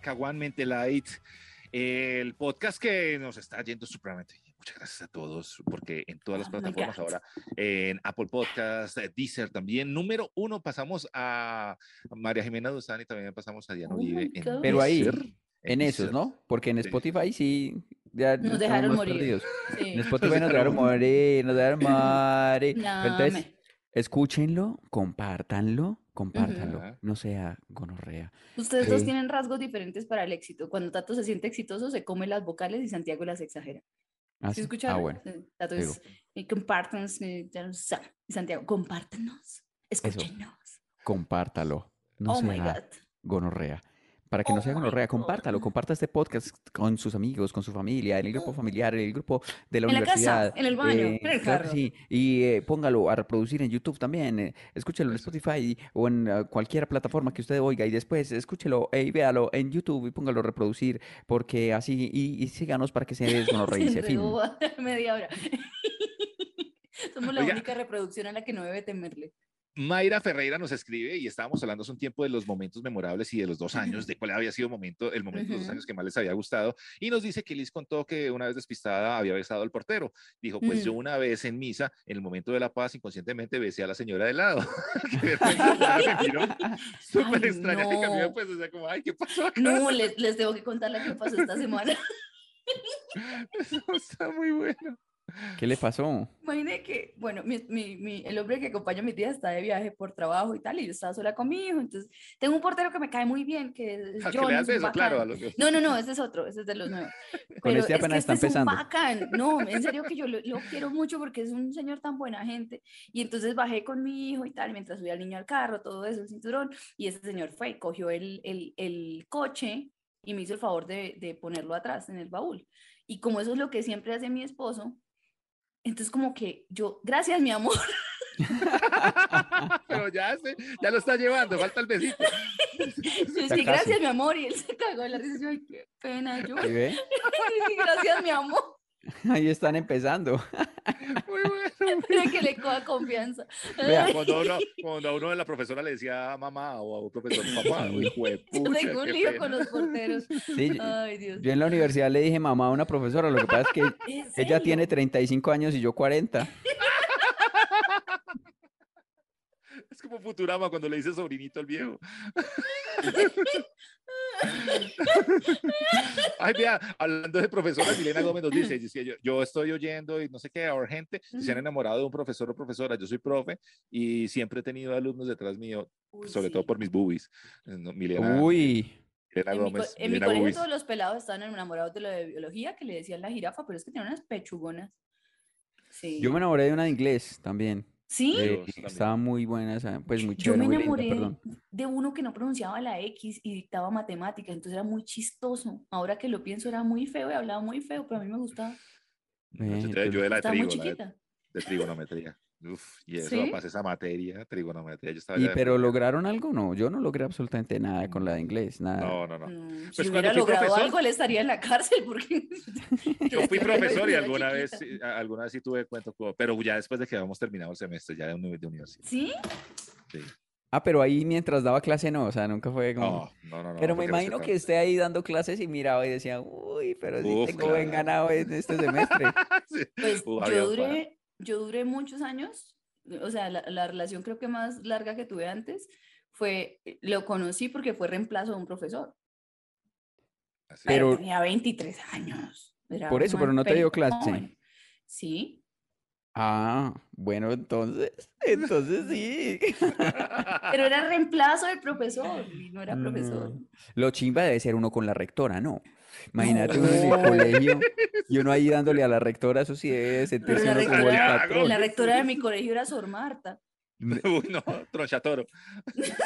Speaker 3: Caguánmente Light, el podcast que nos está yendo supremamente bien. Muchas gracias a todos, porque en todas las
Speaker 7: Oh my
Speaker 3: plataformas
Speaker 7: God.
Speaker 3: ahora, en Apple Podcast, eh, Deezer también. Número uno, pasamos a María Jimena Duzán y también pasamos a Diana
Speaker 7: Oh
Speaker 3: Uribe.
Speaker 7: my God.
Speaker 8: Pero ahí,
Speaker 3: Deezer,
Speaker 8: En esos,
Speaker 3: Deezer.
Speaker 8: ¿no? Porque en
Speaker 3: Sí.
Speaker 8: Spotify sí, ya
Speaker 7: Nos
Speaker 8: estamos
Speaker 7: dejaron
Speaker 8: más
Speaker 7: morir.
Speaker 8: perdidos.
Speaker 7: Sí.
Speaker 8: En Spotify nos dejaron morir, nos dejaron morir. Pero
Speaker 7: No,
Speaker 8: entonces,
Speaker 7: me-
Speaker 8: Escúchenlo, compártanlo, compártanlo.
Speaker 3: Ajá.
Speaker 8: No sea gonorrea.
Speaker 7: Ustedes dos
Speaker 8: Sí.
Speaker 7: tienen rasgos diferentes para el éxito. Cuando Tato se siente exitoso, se come las vocales y Santiago las exagera.
Speaker 8: Ah,
Speaker 7: ¿Sí
Speaker 8: sí?
Speaker 7: escucharon?
Speaker 8: Ah, bueno.
Speaker 7: Eh, Tato
Speaker 8: digo.
Speaker 7: es, eh, compártanos, eh, ya no sé. Y Santiago, compártanos, escúchenos.
Speaker 8: Compártalo. No
Speaker 7: Oh my
Speaker 8: sea
Speaker 7: God.
Speaker 8: gonorrea. Para que no sea
Speaker 7: Oh my
Speaker 8: gonorrea,
Speaker 7: God.
Speaker 8: compártalo. Comparta este podcast con sus amigos, con su familia, en el grupo familiar, en el grupo de la
Speaker 7: En la casa,
Speaker 8: universidad. eh,
Speaker 7: en el baño, en el
Speaker 8: claro que
Speaker 7: carro.
Speaker 8: sí. Y eh, póngalo a reproducir en YouTube también. eh, escúchelo en Spotify y- o en ah, cualquier plataforma que usted oiga. Y después escúchelo eh, y véalo en YouTube y póngalo a reproducir. Porque así, y, y síganos para que se desgonorreice.
Speaker 7: Siempre
Speaker 8: fin.
Speaker 7: boba, media hora. Somos la
Speaker 3: Oiga.
Speaker 7: única reproducción a la que no debe temerle.
Speaker 3: Mayra Ferreira nos escribe y estábamos hablando hace un tiempo de los momentos memorables y de los dos años, de cuál había sido momento, el momento de los dos
Speaker 7: Ujú.
Speaker 3: años que más les había gustado. Y nos dice que Liz contó que una vez despistada había besado al portero. Dijo, pues
Speaker 7: Mm.
Speaker 3: yo una vez en misa, en el momento de la paz, inconscientemente besé a la señora de lado. Qué vergüenza, claro, me miró Súper
Speaker 7: Ay,
Speaker 3: extraña que cambió,
Speaker 7: no.
Speaker 3: pues, o sea, como, ay, ¿qué pasó acá?
Speaker 7: No, les, les tengo que contar la que me pasó esta semana.
Speaker 3: Eso está muy bueno.
Speaker 8: ¿Qué le pasó?
Speaker 7: Imagínate que, bueno, mi, mi- mi- el hombre que acompaña a mi tía está de viaje por trabajo y tal, y yo estaba sola con mi hijo. Entonces, tengo un portero que me cae muy bien, que es
Speaker 3: A que le
Speaker 7: Jonas,
Speaker 3: das
Speaker 7: un
Speaker 3: beso, claro,
Speaker 7: bacán.
Speaker 3: a los-
Speaker 7: No, no, no, ese es otro, ese es de los nuevos.
Speaker 8: Con
Speaker 7: Pero
Speaker 8: este
Speaker 7: es que
Speaker 8: apenas está
Speaker 7: este es un
Speaker 8: empezando.
Speaker 7: bacán. No, en serio que yo lo, lo quiero mucho porque es un señor tan buena gente. Y entonces bajé con mi hijo y tal, mientras subí al niño al carro, todo eso, el cinturón. Y ese señor fue y cogió el, el, el coche y me hizo el favor de, de ponerlo atrás en el baúl. Y como eso es lo que siempre hace mi esposo, entonces como que yo, gracias mi amor,
Speaker 3: Pero ya, se- ya lo está llevando, falta el besito.
Speaker 7: yo
Speaker 8: sea,
Speaker 7: dije,
Speaker 8: casi.
Speaker 7: gracias mi amor, y él se cagó de la risa, y yo, ay, qué pena, yo,
Speaker 8: ¿Sí ve?
Speaker 7: "Yo dije, gracias mi amor.
Speaker 8: Ahí están empezando.
Speaker 3: Muy bueno.
Speaker 7: Para que le coja confianza.
Speaker 8: Vea,
Speaker 7: Ay,
Speaker 3: Cuando a uno, cuando a uno de la profesora le decía "Ah, mamá o a un profesor papá, hijo de
Speaker 7: yo
Speaker 3: pucha,
Speaker 7: tengo un
Speaker 3: qué
Speaker 7: lío
Speaker 3: pena.
Speaker 7: con los porteros.
Speaker 8: Sí, yo-
Speaker 3: eh,
Speaker 7: Ay, Dios.
Speaker 8: Yo en la universidad le dije mamá a una profesora, lo que pasa es que
Speaker 7: Ah, ¿En
Speaker 8: ella tiene
Speaker 7: serio?
Speaker 8: 35 años y yo 40.
Speaker 3: Es como Futurama cuando le dice sobrinito al viejo. Ay, vea, hablando de profesora, Milena Gómez nos dice, dice, yo, yo estoy oyendo y no sé qué, ahora gente se han enamorado de un profesor o profesora, yo soy profe y siempre he tenido alumnos detrás mío,
Speaker 7: Uy,
Speaker 3: sobre
Speaker 7: sí.
Speaker 3: todo por mis boobies. No, Milena,
Speaker 8: Uy,
Speaker 3: Milena
Speaker 7: En mi, co-
Speaker 3: Gómez,
Speaker 7: en mi
Speaker 3: Milena
Speaker 7: colegio
Speaker 3: boobies.
Speaker 7: todos los pelados estaban enamorados de lo de biología, que le decían la jirafa, pero es que tenía unas pechugonas. Sí.
Speaker 8: yo me enamoré de una de inglés también.
Speaker 7: ¿Sí?
Speaker 8: Eh,
Speaker 3: Dios, también.
Speaker 8: estaba muy buena esa, pues muy
Speaker 7: Yo
Speaker 8: chévere,
Speaker 7: me
Speaker 8: muy linda,
Speaker 7: enamoré
Speaker 8: perdón.
Speaker 7: de uno que no pronunciaba la X y dictaba matemáticas, entonces era muy chistoso. Ahora que lo pienso, era muy feo y hablaba muy feo, pero a mí me gustaba.
Speaker 3: No, yo,
Speaker 8: Ve,
Speaker 3: te-
Speaker 8: entonces-
Speaker 3: yo de la de
Speaker 7: Estaba muy
Speaker 3: trigo, la de-
Speaker 7: chiquita.
Speaker 3: de trigonometría. Uf, y eso,
Speaker 7: ¿Sí?
Speaker 3: pasé esa materia, trigonometría. Yo estaba
Speaker 8: ¿Y
Speaker 3: ya de
Speaker 8: pero
Speaker 3: morir.
Speaker 8: lograron algo? No, yo no logré absolutamente nada con la de inglés, nada.
Speaker 3: No, no, no.
Speaker 7: No,
Speaker 3: Pues
Speaker 7: Mm, si
Speaker 3: cuando
Speaker 7: hubiera
Speaker 3: fui
Speaker 7: logrado
Speaker 3: profesor-
Speaker 7: algo, él estaría en la cárcel porque
Speaker 3: Yo fui
Speaker 7: Yo
Speaker 3: profesor y
Speaker 7: era
Speaker 3: alguna vez,
Speaker 7: chiquita.
Speaker 3: sí- a- alguna vez sí tuve cuento, con- pero ya después de que habíamos terminado el semestre, ya de, uni- de universidad.
Speaker 7: ¿Sí?
Speaker 3: sí.
Speaker 8: Ah, pero ahí mientras daba clase no, o sea, nunca fue como...
Speaker 3: No, no, no, no,
Speaker 8: Pero me
Speaker 3: porque no se
Speaker 8: imagino que
Speaker 3: trata.
Speaker 8: esté ahí dando clases y miraba y decía, uy, pero sí
Speaker 3: Uf,
Speaker 8: tengo buen
Speaker 3: claro.
Speaker 8: ganado en este semestre.
Speaker 3: Sí.
Speaker 8: este
Speaker 7: Pues
Speaker 3: Uh, había
Speaker 7: yo
Speaker 3: un pana.
Speaker 7: duré, yo duré muchos años, o sea, la, la relación creo que más larga que tuve antes fue, eh, lo conocí porque fue reemplazo de un profesor.
Speaker 3: Así.
Speaker 7: Pero
Speaker 8: Pero-
Speaker 7: tenía 23 años. era
Speaker 8: Por
Speaker 7: un
Speaker 8: eso, pero
Speaker 7: man
Speaker 8: no te dio
Speaker 7: pelón.
Speaker 8: clase.
Speaker 7: Sí.
Speaker 8: Ah, bueno, entonces, entonces sí.
Speaker 7: Pero era reemplazo del profesor y no era profesor.
Speaker 8: No. Lo chimba debe ser uno con la rectora, ¿no? Imagínate uno en el
Speaker 7: No.
Speaker 8: colegio y uno ahí dándole a la rectora, eso sí debe
Speaker 7: Pero
Speaker 8: sentirse
Speaker 7: la
Speaker 8: uno como el
Speaker 7: rectora,
Speaker 8: patrón.
Speaker 7: la rectora de mi colegio era Sor Marta.
Speaker 3: Uy, no, tronchatoro.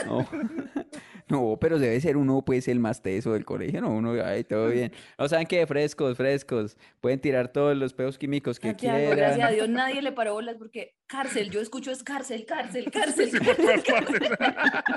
Speaker 8: No. No, pero debe ser uno, pues, el más teso del colegio, ¿no? Uno, ay, todo bien. No saben qué, frescos, frescos. Pueden tirar todos los peos químicos que
Speaker 7: Santiago, gracias a
Speaker 8: quieran.
Speaker 7: Dios nadie le paró bolas porque cárcel, yo escucho es cárcel, cárcel, cárcel.
Speaker 3: Sí, por todas partes.